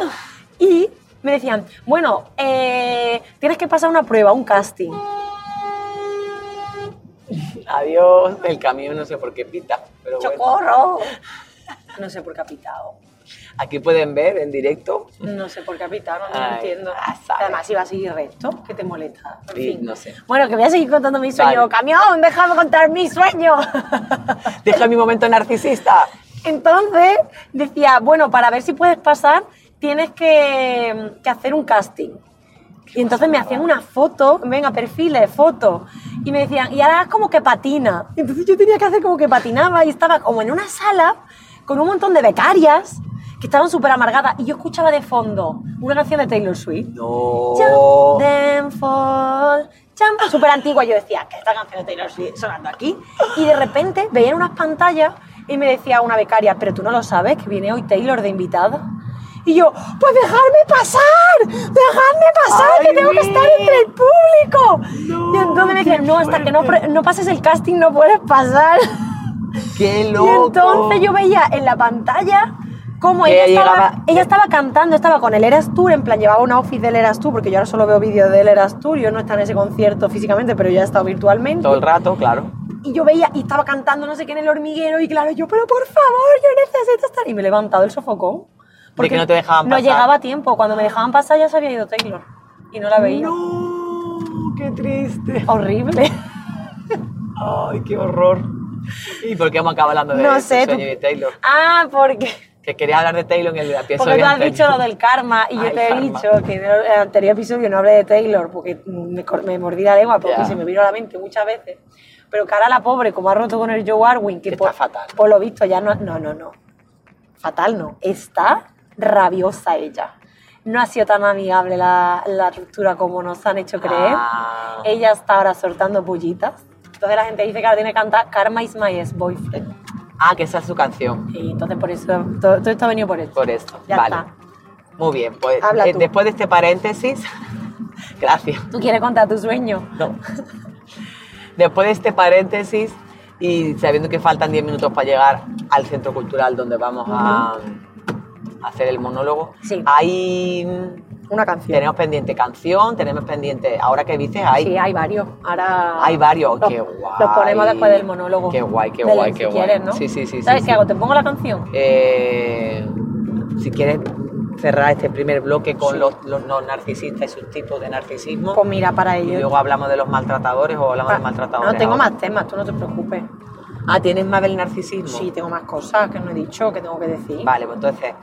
A: Y me decían, bueno, eh, tienes que pasar una prueba, un casting.
B: Adiós, el camión no sé por qué pita, pero bueno.
A: ¡Chocorro! No sé por qué ha pitado.
B: Aquí pueden ver en directo.
A: No sé por qué ha pitado, no,
B: Ay,
A: lo entiendo.
B: ah, sabe.
A: Además, iba a seguir recto, que te molesta. En
B: Sí,
A: fin.
B: no sé.
A: Bueno, que voy a seguir contando mi
B: Vale.
A: sueño. ¡Camión, déjame contar mi sueño!
B: Deja mi momento narcisista.
A: Entonces decía, bueno, para ver si puedes pasar, tienes que, que hacer un casting. Y entonces me hacían una foto, venga, perfiles, foto. Y me decían, y ahora haz como que patina. Entonces yo tenía que hacer como que patinaba y estaba como en una sala con un montón de becarias que estaban súper amargadas. Y yo escuchaba de fondo una canción de Taylor Swift.
B: No.
A: Jump, then fall,
B: Ah.
A: jump. Súper antigua. Yo decía, que esta canción de Taylor Swift sonando aquí. Y de repente veía en unas pantallas y me decía una becaria, pero tú no lo sabes, que viene hoy Taylor de invitada. Y yo, pues dejarme pasar, dejarme pasar, que
B: Ay,
A: tengo que
B: mi.
A: estar entre el público.
B: No,
A: y entonces me decían, no, hasta que no, pre- no pases el casting no puedes pasar.
B: ¡Qué
A: Y
B: loco!
A: entonces yo veía en la pantalla cómo
B: Que
A: ella
B: ella
A: estaba,
B: llegaba-
A: ella estaba cantando, estaba con el Eras Tour, en plan llevaba una outfit del Eras Tour, porque yo ahora solo veo vídeos del Eras Tour, yo no estaba en ese concierto físicamente, pero ya he estado virtualmente.
B: Todo el rato, claro.
A: Y yo veía, y estaba cantando no sé qué en el hormiguero, y claro, yo, pero por favor, yo necesito estar. Y me he levantado del sofocón.
B: que no te dejaban
A: No
B: pasar.
A: llegaba a tiempo, cuando me dejaban pasar ya se había ido Taylor. Y no la veía.
B: ¡No! ¡Qué triste!
A: Horrible.
B: ¡Ay, qué horror! ¿Y por qué hemos acabado hablando de
A: No
B: este
A: sé,
B: sueño
A: tú-
B: de Taylor?
A: Ah, porque...
B: Que quería hablar de Taylor en el episodio
A: Porque tú has
B: anterior.
A: dicho lo del karma y yo
B: Ah, el
A: te he
B: karma.
A: dicho que en el anterior episodio no hablé de Taylor porque me, cor- me mordí la lengua porque
B: Ya.
A: se me vino a la mente muchas veces. Pero cara a la pobre, como ha roto con el Joe Arwin, que,
B: Que
A: por,
B: está fatal.
A: por lo visto ya no... No, no, no. Fatal no. Está rabiosa ella. No ha sido tan amigable la, la ruptura como nos han hecho creer.
B: Ah.
A: Ella está ahora soltando bullitas. Entonces la gente dice que ahora tiene que cantar Karma is my ex-boyfriend.
B: Ah, que esa es su canción.
A: Y entonces por eso... Todo, todo esto ha venido por esto.
B: Por esto.
A: Ya
B: vale.
A: está.
B: Muy bien, pues
A: Habla
B: eh,
A: tú.
B: después de este paréntesis, gracias.
A: ¿Tú quieres contar tu sueño?
B: No. Después de este paréntesis y sabiendo que faltan 10 minutos para llegar al centro cultural donde vamos a a hacer el monólogo,
A: Sí.
B: ahí
A: Una canción.
B: tenemos pendiente canción, tenemos pendiente, ahora que dices, hay,
A: Sí, hay varios. Ahora.
B: hay varios,
A: los,
B: qué guay.
A: Los ponemos después del monólogo.
B: Qué guay, qué
A: Del-
B: guay,
A: si
B: qué guay.
A: quieres, ¿no?
B: Sí, sí, sí,
A: ¿Sabes
B: sí,
A: qué
B: sí.
A: hago? ¿Te pongo la canción?
B: Eh, si quieres cerrar este primer bloque con los, los no narcisistas y sus tipos de narcisismo.
A: Pues mira, para
B: y
A: ello.
B: luego hablamos de los maltratadores o hablamos
A: Pa-
B: de maltratadores.
A: Ah, No, tengo
B: ahora.
A: más temas, tú no te preocupes.
B: Ah, ¿tienes más del narcisismo?
A: Sí, tengo más cosas que no he dicho, que tengo que decir.
B: Vale, pues entonces,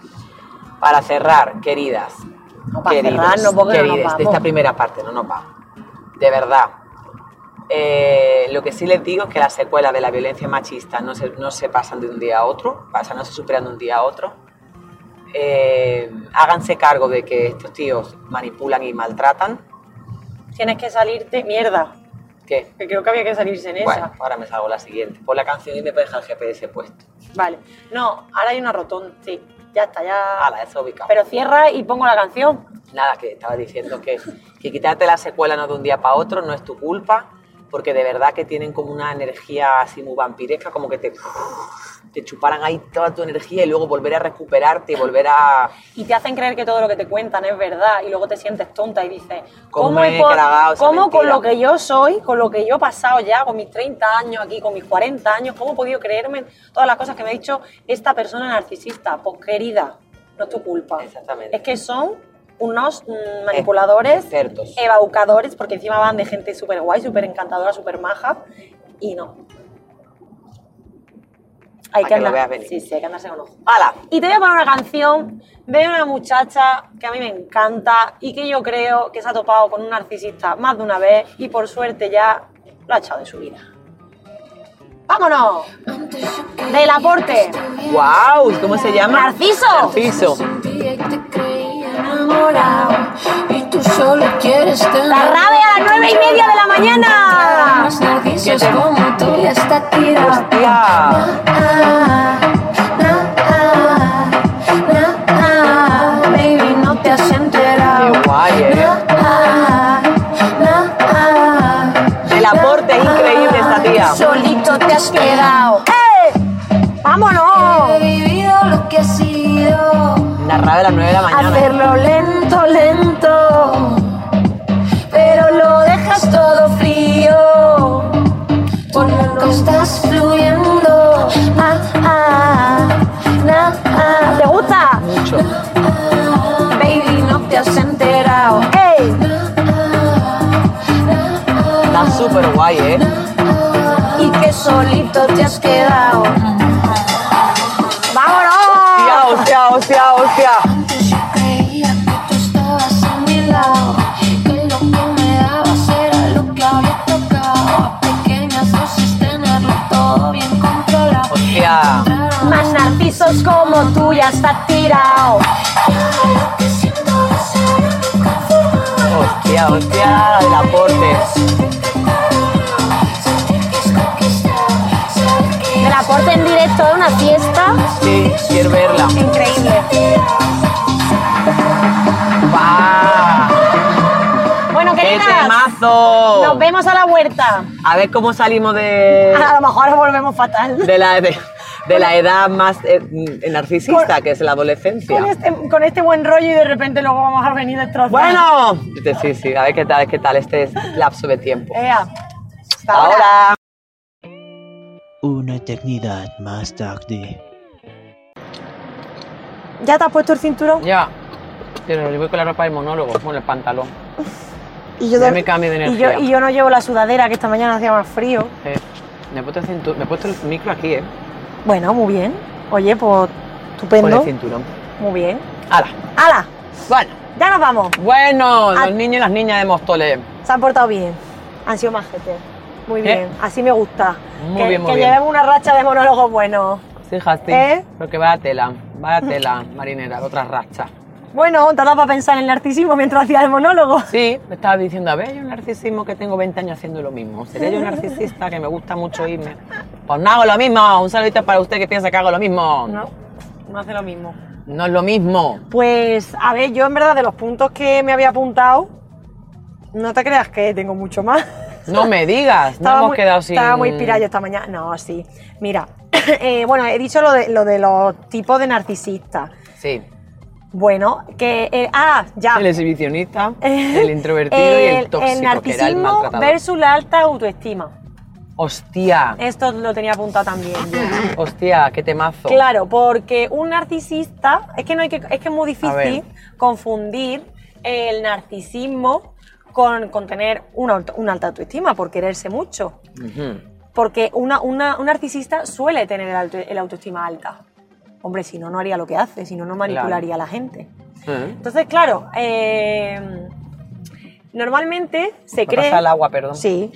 B: para cerrar, queridas,
A: No, para cerrar, no, porque no nos
B: querides, de
A: vamos.
B: esta primera parte, no nos vamos. De verdad. Eh, lo que sí les digo es que las secuelas de la violencia machista no se, no se pasan de un día a otro, pasan, no se superan de un día a otro. eh, háganse cargo de que estos tíos manipulan y maltratan.
A: Tienes que salirte. Mierda.
B: ¿Qué?
A: Que creo que había que salirse en
B: Bueno,
A: esa.
B: ahora me salgo la siguiente. Pon la canción y me puedes dejar el GPS puesto.
A: Vale. No, ahora hay una rotonda. Sí. Ya está, ya.
B: Ala, eso ubicado.
A: Pero cierra y pongo la canción.
B: Nada, que estaba diciendo que, que quitarte la secuela no de un día para otro no es tu culpa, porque de verdad que tienen como una energía así muy vampiresca, como que te, te chuparan ahí toda tu energía y luego volver a recuperarte y volver a...
A: Y te hacen creer que todo lo que te cuentan es verdad y luego te sientes tonta y dices,
B: ¿Cómo
A: ¿cómo, he
B: he tragado esa
A: cómo con
B: mentira?
A: lo que yo soy, con lo que yo he pasado ya, con mis 30 años aquí, con mis 40 años, cómo he podido creerme todas las cosas que me ha dicho esta persona narcisista? Pues querida, no es tu culpa.
B: Exactamente. Eh,
A: Es que son unos mm, manipuladores,
B: Expertos.
A: evaucadores, porque encima van de gente súper guay, súper encantadora, súper maja, y no. Hay
B: A que lo
A: andar-
B: veas venir.
A: Sí, sí, hay que andarse con ojo.
B: ¡Hala!
A: Y te voy a poner una canción de una muchacha que a mí me encanta y que yo creo que se ha topado con un narcisista más de una vez y por suerte ya lo ha echado de su vida. ¡Vámonos! Del aporte.
B: ¡Wow! ¿Cómo se llama?
A: ¡Narciso!
B: Narciso.
D: Sentía que te creía enamorado y tú solo quieres tener
A: La rabia a las nueve y media de la mañana.
D: más narcisos como tú y hasta tirado.
B: ¡Hostia!
D: Ah, ah, ah, ah, ah, baby, no te has enterado.
B: ¡Qué guay, eh!
D: Ah, ah, ah,
B: El aporte es increíble esta tía.
D: Solito te has quedado.
A: ¡Vámonos!
D: He vivido lo que he sido.
B: Narrado a las 9 de la mañana.
D: Hacerlo lento, lento, pero lo dejas todo frío. Tú nunca estás fluyendo. Ah, ah, na, ah.
A: ¿Te gusta?
B: Mucho.
D: Baby, no te has enterado.
A: ¡Ey!
B: Está súper guay, ¿eh?
D: Y que solito te has quedado.
A: ¡Vámonos!
B: ¡Hostia, hostia, hostia, hostia!
D: Antes yo creía que tú estabas a mi lado. Que lo que me dabas era lo que había tocado. A pequeñas dosis tenerlo todo bien controlado.
B: ¡Hostia!
A: Más narcisos como tú ya está tirado.
B: ¡Hostia, hostia! El aporte.
A: Del aporte en directo de una fiesta.
B: Sí, quiero verla.
A: Increíble.
B: ¡Va!
A: Bueno,
B: ¡Qué
A: queridas,
B: temazo!
A: nos vemos a la vuelta.
B: A ver cómo salimos de,
A: A lo mejor volvemos fatal.
B: de, la, de, de la edad más eh, mm, narcisista, que es la adolescencia.
A: con este, con este buen rollo y de repente luego vamos a venir destrozados.
B: Bueno, sí, sí, a ver qué tal, a ver qué tal este lapso de tiempo.
A: Ea, hasta Eh, ahora.
B: Ahora.
E: Una eternidad más tarde.
A: ¿Ya te has puesto el cinturón?
B: Ya. Pero yo voy con la ropa del monólogo, con el pantalón.
A: Y yo,
B: Ya
A: de-
B: me cambio de
A: y
B: energía.
A: yo- y yo no llevo la sudadera, que esta mañana hacía más frío.
B: Eh, me, he puesto el cintu- me he puesto el micro aquí, ¿eh?
A: Bueno, muy bien. Oye, pues
B: Con el
A: estupendo.
B: cinturón.
A: Muy bien.
B: ¡Hala!
A: ¡Hala!
B: Bueno,
A: Ya nos vamos.
B: bueno,
A: Ah.
B: los niños y las niñas de Móstoles.
A: Se han portado bien. Han sido más gente. Muy bien.
B: ¿Eh?
A: Así me gusta.
B: Muy
A: que
B: bien, muy
A: que
B: bien.
A: llevemos una racha de monólogos buenos.
B: Sí, Justin.
A: ¿Eh?
B: Porque vaya tela, vaya tela, marinera, otra racha.
A: Bueno, te ha dado para pensar en el narcisismo mientras hacía el monólogo.
B: Sí, me estaba diciendo, a ver, yo un narcisismo que tengo 20 años haciendo lo mismo. ¿Seré yo un narcisista que me gusta mucho irme? Pues no hago lo mismo. Un saludito para usted que piensa que hago lo mismo.
A: No, no hace lo mismo.
B: No es lo mismo.
A: Pues, a ver, yo en verdad de los puntos que me había apuntado, no te creas que tengo mucho más.
B: No me digas. No
A: Estaba
B: hemos
A: muy,
B: quedado sin...
A: Estaba muy piraya esta mañana. No, sí. Mira, eh, bueno, he dicho lo de, lo de los tipos de narcisistas.
B: Sí.
A: Bueno, que. eh, ah, ya.
B: El exhibicionista, el introvertido y el tóxico, que era el
A: narcisismo
B: maltratador.
A: versus la alta autoestima.
B: Hostia,
A: Esto lo tenía apuntado también. yo.
B: hostia, qué temazo.
A: Claro, porque un narcisista, es que no hay que, es que es muy
B: A ver.
A: difícil confundir el narcisismo con, con tener una, auto- una alta autoestima, por quererse mucho.
B: Ujú.
A: Porque una, una- un narcisista suele tener el, auto- el autoestima alta. Hombre, si no, no haría lo que hace, si no, no manipularía a la gente.
B: ¿Eh?
A: Entonces, claro, eh, normalmente se
B: Me
A: cree...
B: pasa el agua, perdón.
A: Sí.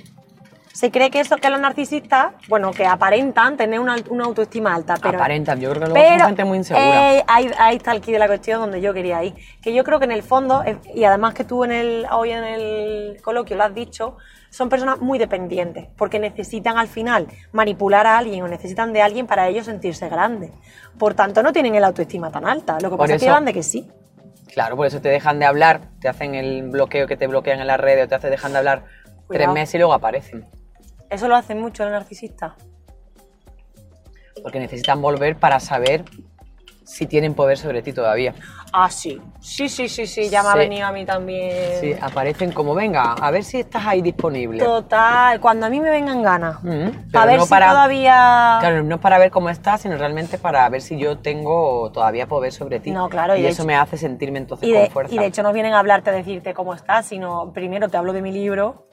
A: se cree que eso que los narcisistas, bueno, que aparentan tener una, alt- una autoestima alta, pero
B: Aparentan, yo creo que luego son gente muy insegura.
A: eh, ahí, ahí está el quid de la cuestión donde yo quería ir. Que yo creo que en el fondo, eh, y además que tú en el, hoy en el coloquio lo has dicho, son personas muy dependientes, porque necesitan al final manipular a alguien o necesitan de alguien para ellos sentirse grandes. Por tanto, no tienen el autoestima tan alta. Lo que
B: Por
A: pasa es que
B: eso-
A: llevan de que sí.
B: Claro, por eso te dejan de hablar, te hacen el bloqueo que te bloquean en las redes o te hacen dejan de hablar tres
A: Cuidado.
B: meses y luego aparecen.
A: Eso lo hacen mucho los narcisistas.
B: Porque necesitan volver para saber si tienen poder sobre ti todavía.
A: Ah, sí. Sí, sí, sí, sí. Ya me ha
B: Sí.
A: venido a mí también.
B: Sí, aparecen como, venga, a ver si estás ahí disponible.
A: Total. Cuando a mí me vengan ganas.
B: Mm,
A: a
B: pero
A: ver
B: no
A: si
B: para-
A: todavía.
B: Claro, no para ver cómo estás, sino realmente para ver si yo tengo todavía poder sobre ti.
A: No, claro, y
B: Y,
A: de
B: eso
A: hecho-
B: me hace sentirme entonces
A: Y de,
B: con fuerza.
A: y de hecho no vienen a hablarte, a decirte cómo estás, sino primero te hablo de mi libro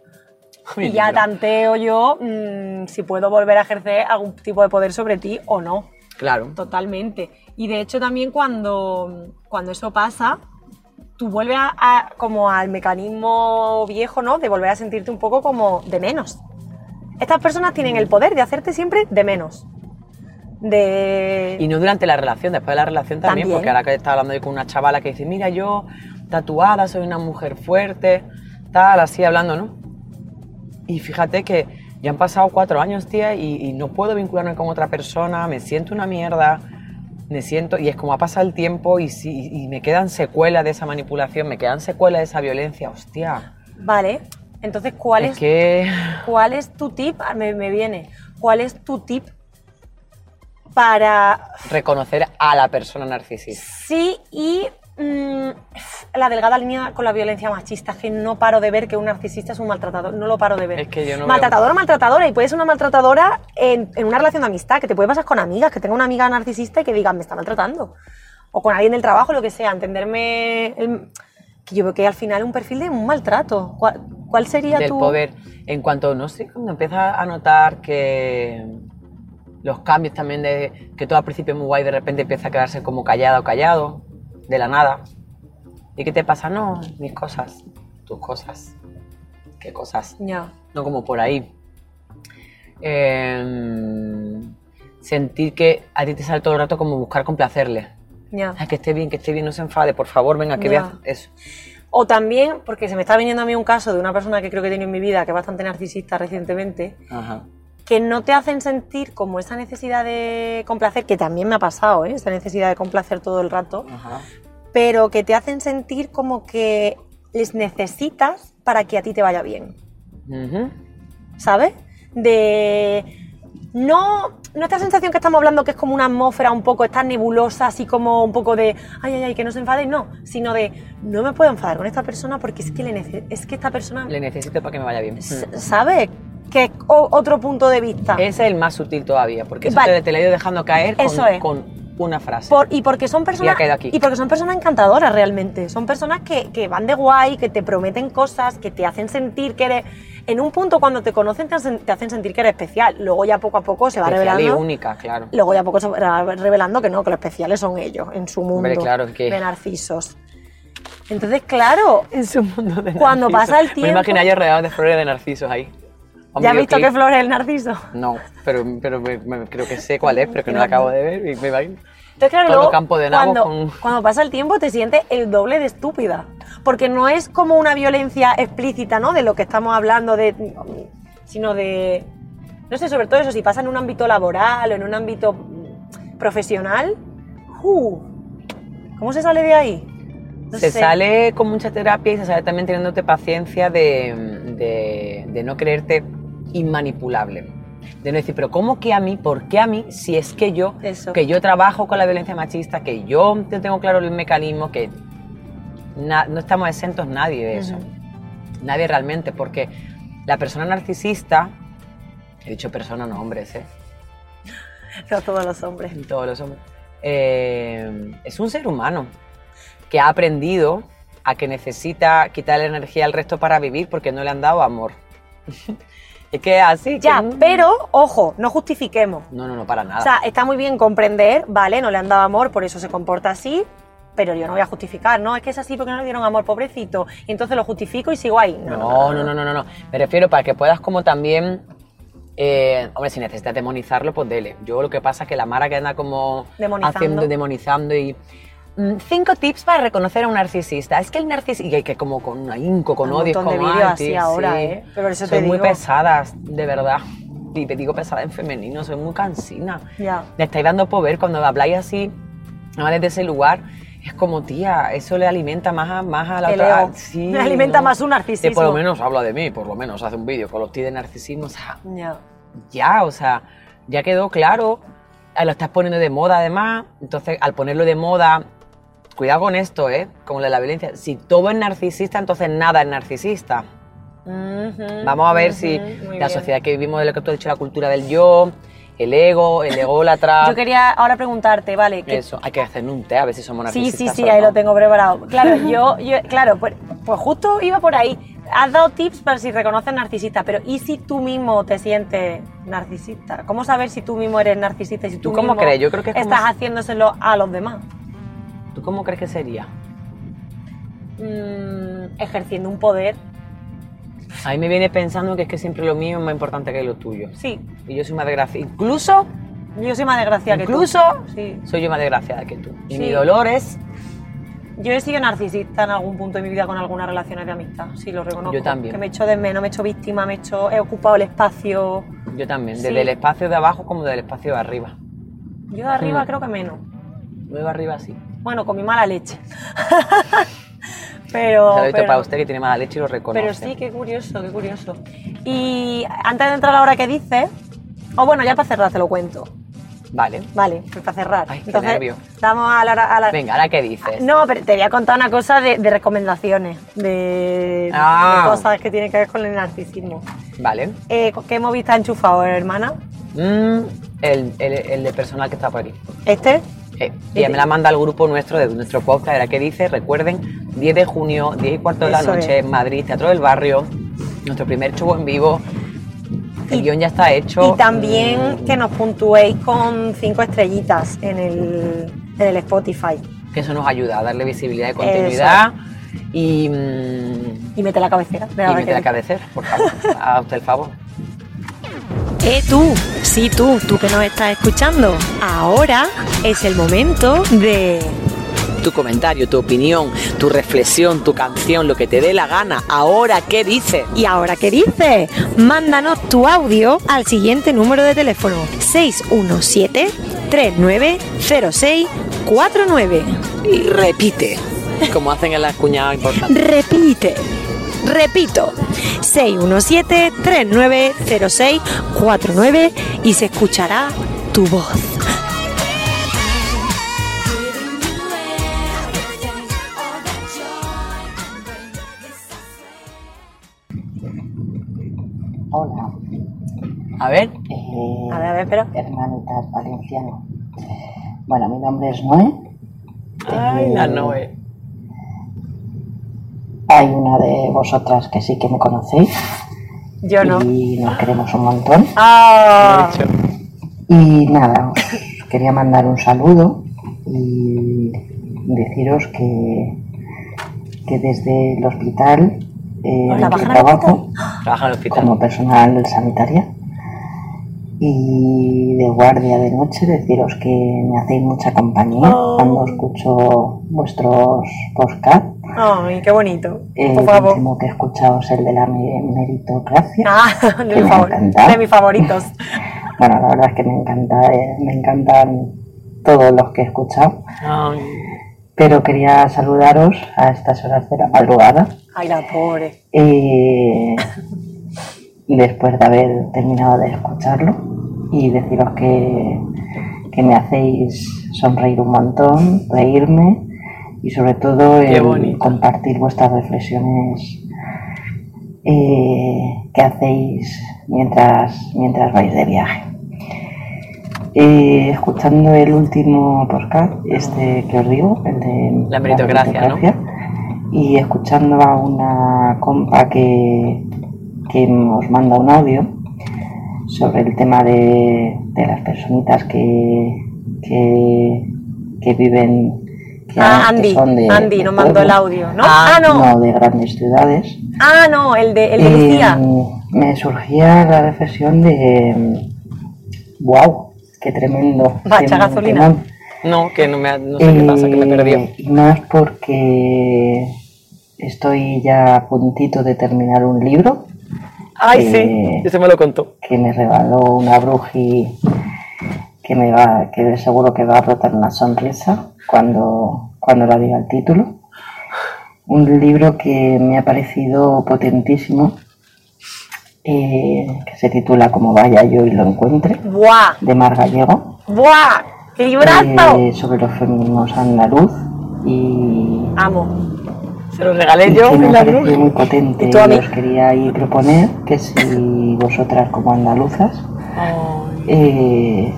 B: Mi
A: y ya
B: libro.
A: tanteo yo mm, si puedo volver a ejercer algún tipo de poder sobre ti o no.
B: Claro.
A: Totalmente. Y de hecho también cuando, cuando eso pasa, tú vuelves a, a- como al mecanismo viejo, ¿no? De volver a sentirte un poco como de menos. Estas personas tienen el poder de hacerte siempre de menos. De...
B: Y no durante la relación, después de la relación también,
A: También.
B: porque ahora que estaba hablando yo con una chavala que dice, mira, yo tatuada, soy una mujer fuerte, tal, así hablando, ¿no? Y fíjate que ya han pasado cuatro años, tía, y, y no puedo vincularme con otra persona, me siento una mierda, me siento, y es como ha pasado el tiempo y, si- y me quedan secuelas de esa manipulación, me quedan secuelas de esa violencia, hostia.
A: Vale. Entonces, ¿cuál
B: Es
A: es
B: que...
A: ¿Cuál es tu tip? Ah, Me, me viene. ¿Cuál es tu tip para
B: reconocer a la persona narcisista.
A: sí y mm, la delgada línea con la violencia machista? Es que no paro de ver que un narcisista es un maltratador. No lo paro de ver.
B: Es que yo no
A: maltratador o maltratadora. Y puede ser una maltratadora en, en una relación de amistad, que te puede pasar con amigas, que tenga una amiga narcisista y que diga, me está maltratando. O con alguien del trabajo, lo que sea, entenderme. el- que yo veo que al final es un perfil de un maltrato. ¿Cuál, cuál sería
B: del
A: tu.
B: poder. En cuanto, no sé, cuando empiezas a notar que los cambios también de que todo al principio es muy guay, de repente empieza a quedarse como callado o callado, de la nada. ¿Y qué te pasa? No, mis cosas, tus cosas. ¿Qué cosas?
A: Ya.
B: no como por ahí. Eh, sentir que a ti te sale todo el rato como buscar complacerle.
A: Ya.
B: Ay, que esté bien, que esté bien, no se enfade, por favor, venga, que
A: Ya.
B: veas eso.
A: O también, porque se me está viniendo a mí un caso de una persona que creo que he tenido en mi vida, que es bastante narcisista recientemente,
B: Ajá.
A: que no te hacen sentir como esa necesidad de complacer, que también me ha pasado, ¿eh? esa necesidad de complacer todo el rato,
B: Ajá.
A: pero que te hacen sentir como que les necesitas para que a ti te vaya bien.
B: Ujú.
A: ¿sabes? De. No, no esta sensación que estamos hablando que es como una atmósfera un poco, está nebulosa, así como un poco de, ay, ay, ay, que no se enfade, no, sino de, no me puedo enfadar con esta persona porque es que, le nece- es que esta persona,
B: Le necesito para que me vaya bien.
A: s-
B: Mm.
A: ¿sabe? Que es o- otro punto de vista.
B: Ese es el más sutil todavía, porque eso
A: Ah. Vale.
B: te, te lo he ido dejando caer con,
A: Eso es.
B: con una frase.
A: Por- y porque son personas
B: Ya quedo aquí.
A: y porque son personas encantadoras realmente son personas que, que van de guay que te prometen cosas que te hacen sentir que eres en un punto cuando te conocen te hacen, te hacen sentir que eres especial luego ya poco a poco se va
B: Especial y
A: revelando
B: única, claro.
A: Luego ya poco se va revelando que no, que los especiales son ellos, en su mundo
B: Hombre, claro, es que-
A: de narcisos. Entonces, claro,
B: En su mundo de
A: Cuando
B: narcisos.
A: pasa el
B: Me
A: tiempo-
B: imagino yo rodeado de flores de narcisos ahí. O
A: ¿ya has
B: medio
A: visto
B: clip.
A: qué flor es el narciso?
B: No, pero, pero me- me- creo que sé cuál es, pero que no la acabo de ver y me imagino.
A: Entonces, claro,
B: Todo
A: luego,
B: campo de nabos
A: cuando,
B: con-
A: cuando pasa el tiempo te sientes el doble de estúpida. Porque no es como una violencia explícita, ¿no? De lo que estamos hablando, de, sino de. No sé, sobre todo eso, si pasa en un ámbito laboral o en un ámbito mm, profesional, ¡uh! ¿cómo se sale de ahí? No
B: Se
A: sé.
B: sale con mucha terapia y se sale también teniéndote paciencia de, de- de no creerte inmanipulable. De no decir, pero ¿cómo que a mí? ¿Por qué a mí? Si es que yo,
A: Eso.
B: que yo trabajo con la violencia machista, que yo te tengo claro el mecanismo, que na- no estamos exentos nadie de eso. Nadie realmente, porque la persona narcisista, he dicho persona, no hombres, ¿eh?
A: No todos los hombres.
B: en todos los hombres. Eh, es un ser humano que ha aprendido a que necesita quitarle energía al resto para vivir porque no le han dado amor. es que es así. que-
A: Ya, pero, ojo, no justifiquemos.
B: No, no, no, para nada.
A: O sea, está muy bien comprender, vale, no le han dado amor, por eso se comporta así, Pero yo no voy a justificar, no, es que es así porque no le dieron amor, pobrecito. Y entonces lo justifico y sigo ahí. No, no,
B: No, no, no, no, no, no. Me refiero para que puedas como también... eh, hombre, si necesitas demonizarlo, pues dele. Yo lo que pasa es que la Mara que anda como
A: Demonizando.
B: haciendo demonizando y... Mm, Cinco tips para reconocer a un narcisista. Es que el narcisista... Y que, que como con un ahínco, con
A: Un
B: odio,
A: montón de
B: como,
A: vídeos
B: "Ay,
A: así
B: sí,
A: ahora,
B: sí".
A: ¿eh? Pero eso te
B: soy muy
A: digo.
B: pesadas, de verdad. Y te digo pesada en femenino, soy muy cansina.
A: Ya.
B: Le estáis dando poder cuando habláis así, nada más desde ese lugar. Es como, tía, eso le alimenta más a, más a la
A: El
B: otra. ah,
A: ego. Le alimenta más un
B: Que Eh, por
A: narcisismo.
B: lo menos habla de mí, por lo menos hace un vídeo con los tips de narcisismo. O sea,
A: Ya.
B: ya, o sea, ya quedó claro. Ah, Lo estás poniendo de moda además. Entonces, al ponerlo de moda, cuidado con esto, ¿eh? Con lo de la violencia. Si todo es narcisista, entonces nada es narcisista.
A: Ujú,
B: Vamos a ver
A: ujú,
B: si
A: muy
B: la
A: bien.
B: sociedad que vivimos de lo que tú has dicho, la cultura del yo, el ego, el ególatra.
A: Yo quería ahora preguntarte, vale, que
B: Eso, hay que hacer un té a ver si somos
A: Sí,
B: narcisistas.
A: sí, sí,
B: o
A: ahí
B: no.
A: lo tengo preparado. Claro, yo, yo- claro, pues, pues justo iba por ahí. Has dado tips para si reconoces narcisista, pero ¿y si tú mismo te sientes narcisista? ¿Cómo saber si tú mismo eres narcisista y si tú,
B: ¿Tú cómo
A: mismo
B: crees? Yo creo que es como
A: estás
B: si-
A: haciéndoselo a los demás?
B: ¿Tú cómo crees que sería?
A: Mm, ejerciendo un poder,
B: A mí me viene pensando que es que siempre lo mío es más importante que lo tuyo.
A: sí.
B: Y yo soy más desgraciada. Incluso,
A: Yo soy más desgraciada
B: incluso,
A: que tú. Sí.
B: soy yo más desgraciada que tú. Y
A: Sí.
B: mi dolor es,
A: Yo he sido narcisista en algún punto de mi vida con algunas relaciones de amistad, sí, lo reconozco.
B: Yo también.
A: Que me he hecho de menos, me he hecho víctima, me he, hecho, he ocupado el espacio.
B: yo también,
A: Sí.
B: desde el espacio de abajo como desde el espacio de arriba.
A: Yo de arriba
B: Mm.
A: creo que menos.
B: Luego arriba sí.
A: Bueno, con mi mala leche. pero,
B: Saludito
A: pero,
B: para usted que tiene mala leche y lo reconoce.
A: pero sí, qué curioso, qué curioso. Y antes de entrar a la hora que dices, o bueno, ya para cerrar te lo cuento.
B: Vale.
A: Vale, pues para cerrar.
B: Ay, qué nervio.
A: Damos a la hora. a la-
B: Venga, ahora qué dices.
A: No, pero te voy a contar una cosa de, de recomendaciones, de,
B: Ah.
A: de cosas que tienen que ver con el narcisismo.
B: Vale.
A: Eh, ¿Qué móvil está enchufado, ¿eh, hermana?
B: Mm, el, el, el de personal que está por aquí.
A: ¿Este?
B: Eh, y me la manda al grupo nuestro de nuestro podcast, era que dice, recuerden, 10 de junio, 10 y cuarto de la
A: Eso
B: noche,
A: es.
B: Madrid, Teatro del Barrio, nuestro primer show en vivo. El
A: Y-
B: guión ya está hecho.
A: Y también
B: Mm,
A: que nos puntuéis con cinco estrellitas en el, en el Spotify.
B: que eso nos ayuda a darle visibilidad y continuidad. Y, mm,
A: Y mete la cabecera. de
B: y
A: la
B: me
A: que-
B: tiene que agradecer, por favor. a usted el favor.
C: ¡Eh, tú! Sí, tú, tú que nos estás escuchando. Ahora es el momento de...
B: Tu comentario, tu opinión, tu reflexión, tu canción, lo que te dé la gana. Ahora, ¿qué dice?
C: ¿Y ahora qué dices? Mándanos tu audio al siguiente número de teléfono 617-390649.
B: Y repite, como hacen en las cuñadas importantes.
C: Repite. Repito, 617-390649 y se escuchará tu voz.
F: Hola,
B: A ver,
F: eh,
A: A ver, a ver, espera.
F: hermanita valenciano. Bueno, mi nombre es Noé.
B: ay, la Noé.
F: Hay una de vosotras que sí que me conocéis
A: Yo no.
F: y nos queremos un montón.
A: Ah,
F: Y nada, os quería mandar un saludo y deciros que, que desde el hospital eh, en el
A: ¿trabajan
F: que
A: en el
F: trabajo
B: Trabaja en el hospital.
F: como personal sanitaria y de guardia de noche deciros que me hacéis mucha compañía
A: Oh.
F: cuando escucho vuestros podcast.
A: ay, qué bonito.
F: El
A: Por favor.
F: último que he escuchado es el de la me- meritocracia.
A: Ah,
F: que
A: de, mi
F: me
A: favor-
F: encanta.
A: de mis favoritos.
F: Bueno, la verdad es que me encanta, eh, me encantan todos los que he escuchado. Pero quería saludaros a estas horas de la madrugada.
A: Ay, la pobre.
F: Eh, después de haber terminado de escucharlo y deciros que, que me hacéis sonreír un montón, reírme y sobre todo el compartir vuestras reflexiones eh, que hacéis mientras, mientras vais de viaje. Eh, escuchando el último podcast, este que os digo, el de
B: La meritocracia, ¿no?
F: y escuchando a una compa que, que nos manda un audio sobre el tema de, de las personitas que, que, que viven que,
A: Ah,
F: que
A: Andy,
F: son de,
A: Andy
F: de
A: nos mandó el
F: pueblo,
A: audio, ¿no?
G: Ah,
A: Ah, no,
F: de grandes ciudades.
A: ah, no, el de, el de
F: Eh,
A: Lucía.
F: me surgía la reflexión de wow, qué tremendo.
A: Vaya
F: temón,
A: gasolina.
F: temón".
G: No, que no, me, ha- no sé qué pasa, que me
F: Eh,
G: perdió.
F: y No es porque estoy ya a puntito de terminar un libro
G: Ay,
F: eh,
G: sí, ese me lo contó.
F: que me regaló una bruji que me va, que seguro que va a brotar una sonrisa cuando, cuando la diga el título. Un libro que me ha parecido potentísimo, eh, que se titula Como vaya yo y lo encuentre,
A: ¡Buah!
F: de Mar Gallego,
A: ¡Buah! ¡Librazo!
F: eh, sobre los feminismos andaluz y
A: Amo.
G: Se lo regalé yo
F: que me
G: en
F: ha
G: la
F: parecido
G: luz.
F: muy potente
G: Y tú a mí.
F: os quería ahí proponer que si vosotras como andaluzas eh,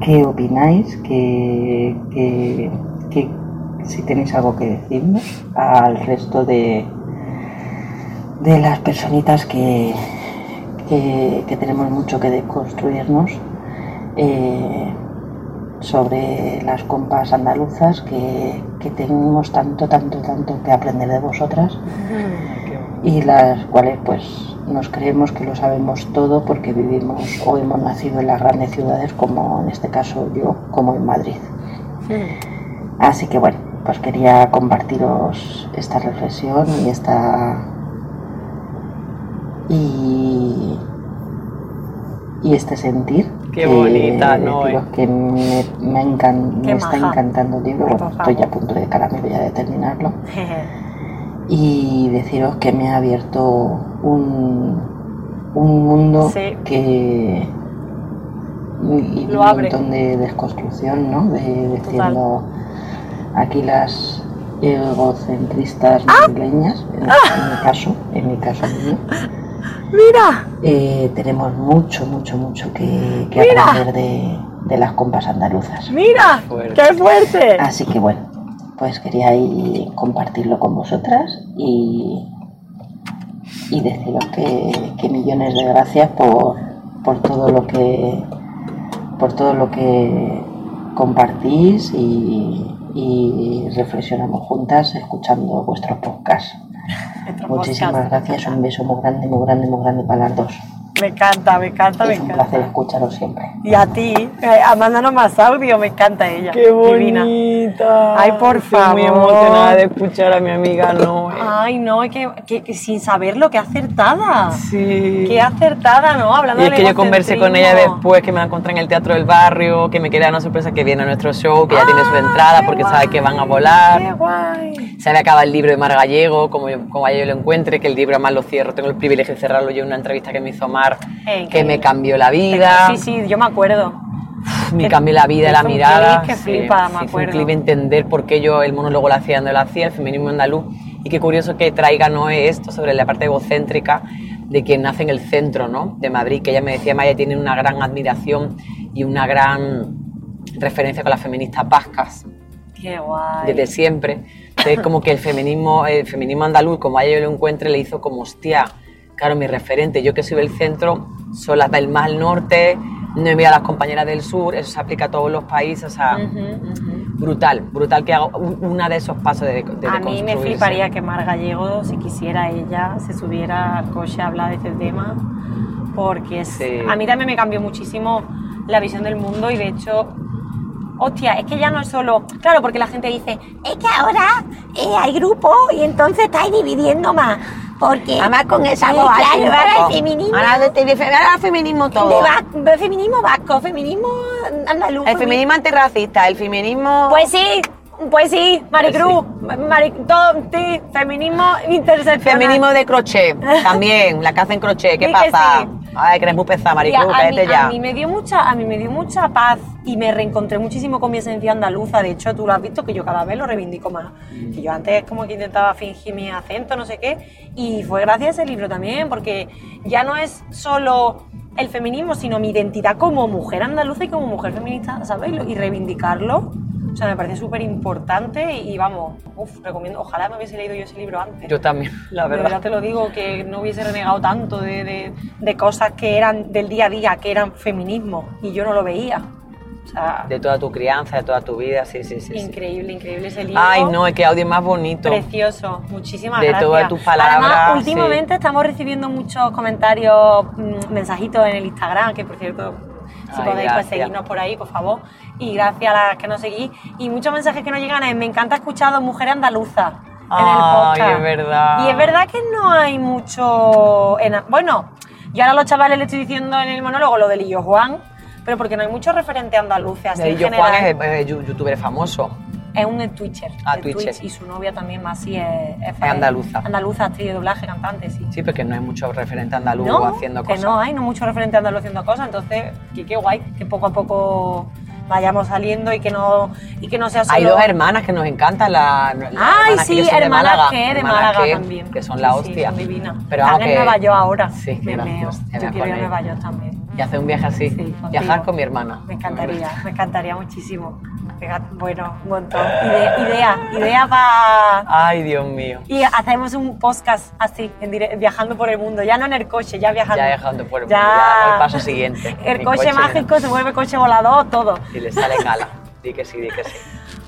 F: qué opináis que, que- que si tenéis algo que decirnos al resto de de las personitas que que, que tenemos mucho que deconstruirnos eh, sobre las compas andaluzas que, que tenemos tanto, tanto, tanto que aprender de vosotras y las cuales pues nos creemos que lo sabemos todo porque vivimos o hemos nacido en las grandes ciudades como en este caso yo, como en Madrid. Así que bueno, pues quería compartiros esta reflexión y esta... Y, y este sentir.
G: Qué
F: que
G: bonita, Noe.
F: deciros que me, me, ha encan-
A: Qué
F: me está
A: maja.
F: encantando el libro.
A: Por
F: Bueno,
A: favor.
F: estoy a punto de caramelo ya de terminarlo.
A: Jeje.
F: Y deciros que me ha abierto un, un mundo
A: Sí.
F: que. y
A: Lo
F: un
A: abre.
F: montón de desconstrucción, ¿no? De diciendo aquí las egocentristas
A: ¡Ah!
F: madrileñas, en, en mi caso, en mi caso mío.
A: ¡Mira!
F: Eh, tenemos mucho, mucho, mucho que, que
A: Mira.
F: aprender de, de las compas andaluzas.
A: ¡Mira!
G: Fuerte.
A: ¡Qué fuerte!
F: Así que bueno, pues quería ahí compartirlo con vosotras y, y deciros que, que millones de gracias por, por todo lo que por todo lo que compartís y, y reflexionamos juntas escuchando vuestros podcasts. Muchísimas gracias, un beso muy grande, muy grande, muy grande para las dos.
A: Me encanta, me encanta, me
F: Es un
A: encanta.
F: placer escucharos siempre.
A: Y a ti, eh, a- mándanos más audio, me encanta ella.
G: ¡Qué
A: Divina.
G: bonita!
A: Ay, por
G: Estoy muy
A: favor.
G: emocionada de escuchar a mi amiga Noé.
A: Ay, no, es que, que- que sin saberlo, qué acertada.
G: Sí.
A: Qué acertada, ¿no? Hablando
G: Y es
A: del
G: que yo conversé con ella
A: egocentrismo.
G: después, que me la encontré en el Teatro del Barrio, que me quería dar una sorpresa que viene a nuestro show, que ya tiene
A: Ah,
G: su entrada porque sabe que van a
A: ¡Qué
G: volar.
A: guay!
G: Se le acaba el libro de Mar Gallego, como, yo- como vaya yo lo encuentre, que el libro además lo cierro, tengo el privilegio de cerrarlo yo en una entrevista que me hizo Mar,
A: Eh,
G: que me
A: increíble.
G: cambió la vida,
A: Sí, sí, yo me acuerdo.
G: me cambió la vida,
A: que
G: la
A: fue un
G: mirada.
A: clic que
G: sí,
A: flipa, me
G: sí, fue
A: acuerdo.
G: Un clip entender por qué yo el monólogo lo hacía, no lo hacía, el feminismo andaluz. Y qué curioso que traiga Noé esto sobre la parte egocéntrica de quien nace en el centro ¿no? de Madrid, que ella me decía, Maya tiene una gran admiración y una gran referencia con las feministas vascas
A: ¡Qué guay!
G: desde siempre. Entonces, como que el feminismo, el feminismo andaluz, como a ella yo lo encuentre, le hizo como, hostia, claro, mi referente, yo que soy del centro, son las del más al norte, no envío a las compañeras del sur, eso se aplica a todos los países, o sea, brutal, brutal que hago una de esos pasos de, de
A: A mí me
G: deconstruirse.
A: fliparía que Mar Gallego, si quisiera ella, se subiera al coche a hablar de este tema, porque es-
G: Sí.
A: a mí también me cambió muchísimo la visión del mundo y de hecho, hostia, es que ya no es solo, claro, porque la gente dice,
B: Es que ahora eh, hay grupo y entonces estáis dividiendo más. Porque. Además
A: eh,
B: con el sabor. claro,
G: Oh.
B: ahora el feminismo. Ahora, feminismo todo. feminismo vasco, feminismo andaluz. El feminismo
A: pues sí, pues sí, Maricruz, Mari- todo, sí, feminismo interseccional.
G: Feminismo de crochet, también, la que hacen crochet, ¿qué
A: Di que
G: pasa?
A: Pues sí.
G: Ay, que eres muy pesada,
A: Tía,
G: Maricruz,
A: a, mí,
G: vete
A: a
G: ya.
A: mí me dio mucha, a mí me dio mucha paz y me reencontré muchísimo con mi esencia andaluza. De hecho, tú lo has visto que yo cada vez lo reivindico más. Que yo antes como que intentaba fingir mi acento, no sé qué. Y fue gracias a ese libro también, porque ya no es solo el feminismo, sino mi identidad como mujer andaluza y como mujer feminista, ¿sabes? Y reivindicarlo. O sea, me parece súper importante y vamos, uf, recomiendo, ojalá me hubiese leído yo ese libro antes.
G: Yo también, la
A: De
G: verdad.
A: verdad te lo digo, que no hubiese renegado tanto de, de- de cosas que eran del día a día, que eran feminismo, y yo no lo veía. O sea,
B: De toda tu crianza, de toda tu vida, sí, sí, sí. sí.
A: increíble, increíble ese libro.
B: Ay, no, qué audio más bonito.
A: Precioso, muchísimas
B: De
A: gracias.
B: todas tus palabras,
A: Además,
B: sí.
A: últimamente estamos recibiendo muchos comentarios, mm, mensajitos en el Instagram, que por cierto, si
B: Ay,
A: podéis pues,
B: gracias.
A: seguirnos por ahí, por favor. Y gracias a las que nos seguís. Y muchos mensajes que nos llegan es, me encanta escuchar a dos mujeres andaluzas en el
B: Ay,
A: podcast.
B: es verdad.
A: Y es verdad que no hay mucho... en- bueno, yo ahora a los chavales les estoy diciendo en el monólogo lo del Illo Juan, pero porque no hay muchos referentes andaluces. así en
B: yo
A: general.
B: Juan es eh, yu- youtuber famoso.
A: Es un Twitcher.
B: Ah,
A: de
B: twitcher.
A: Twitch, y su novia también, Masi, es, es
B: andaluza.
A: Andaluza, actriz de doblaje, cantante, sí.
B: Sí, porque no hay mucho referente andaluz
A: no,
B: haciendo
A: que
B: cosas.
A: no hay, no mucho referente andaluz haciendo cosas, entonces que qué guay que poco a poco vayamos saliendo y que no y que no sea solo
B: Hay dos hermanas que nos encantan. La, la
A: Ay,
B: hermana
A: sí,
B: que son de
A: hermanas
B: Málaga,
A: que, de
B: hermanas
A: Málaga
B: que,
A: también.
B: Que son
A: Sí,
B: la
A: sí,
B: hostia.
A: son divinas.
B: Pero
A: Están
B: vamos
A: en
B: que-
A: Nueva York ahora.
B: Sí,
A: me
B: gracias,
A: meo.
B: ya
A: Yo quiero
B: me
A: ir a
B: acordé.
A: Nueva York también.
B: Y hace un viaje así.
A: Sí, contigo.
B: Viajar con mi hermana.
A: Me encantaría, me encantaría muchísimo. Fíjate, Bueno, un montón. Ide- idea, idea para...
B: Ay, Dios mío.
A: Y hacemos un podcast así, en dire- viajando por el mundo, ya no en el coche, ya viajando.
B: Ya viajando por el mundo, ya al paso siguiente.
A: El
B: Mi
A: coche,
B: coche,
A: mágico se vuelve coche volador, todo.
B: Y le sale gala. Di que sí, di que sí.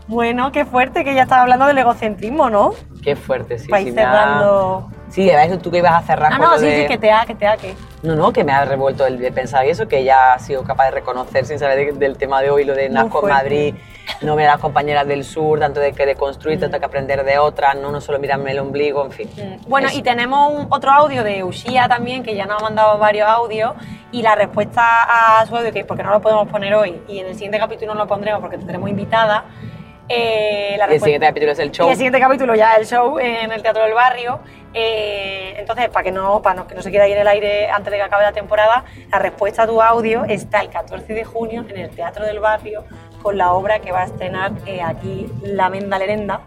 A: Bueno, qué fuerte que ya estaba hablando del egocentrismo, ¿no?
B: Qué fuerte, sí.
A: Para
B: sí,
A: ir
B: me ha-
A: cerrando.
B: Sí, a eso tú que ibas a cerrar
A: Ah,
B: con
A: no,
B: lo
A: sí,
B: de-
A: sí, que te ha, que te ha, que.
B: No, no, que me ha revuelto el de pensar y eso, que ya ha sido capaz de reconocer sin saber de- del tema de hoy, lo de Nazco en
A: fuerte.
B: Madrid, no ver a las compañeras del sur, tanto de que deconstruir, tanto que aprender de otras, no, no solo mirarme el ombligo, en fin.
A: Mm, Bueno,
B: Eso.
A: y tenemos un- otro audio de Ushia también, que ya nos ha mandado varios audios, y la respuesta a su audio, que porque no lo podemos poner hoy, y en el siguiente capítulo no lo pondremos porque tendremos invitada, eh, la
B: Y el
A: respuesta...
B: siguiente capítulo es el show.
A: Y el siguiente capítulo ya el show en el Teatro del Barrio. Eh, entonces, para que no, para no- que no se quede ahí en el aire antes de que acabe la temporada, la respuesta a tu audio está el 14 de junio en el Teatro del Barrio con la obra que va a estrenar eh, aquí La Mendalerenda,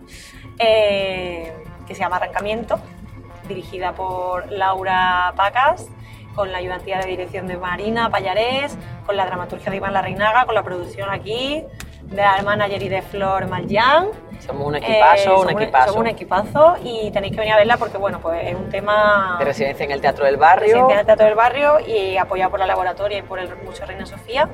A: eh, que se llama Arrancamiento, dirigida por Laura Pacas con la ayudantía de dirección de Marina Pallarés, con la dramaturgia de Iván Larreinaga, con la producción aquí de la manager y de Flor Malyán.
B: Somos un
A: Eh,
B: equipazo,
A: somos
B: un equipazo.
A: somos un equipazo y tenéis que venir a verla porque, bueno, pues es un tema
B: de residencia en el Teatro del
A: residencia
B: Barrio.
A: del Teatro del Barrio y apoyado por la laboratoria y por el Museo Reina Sofía.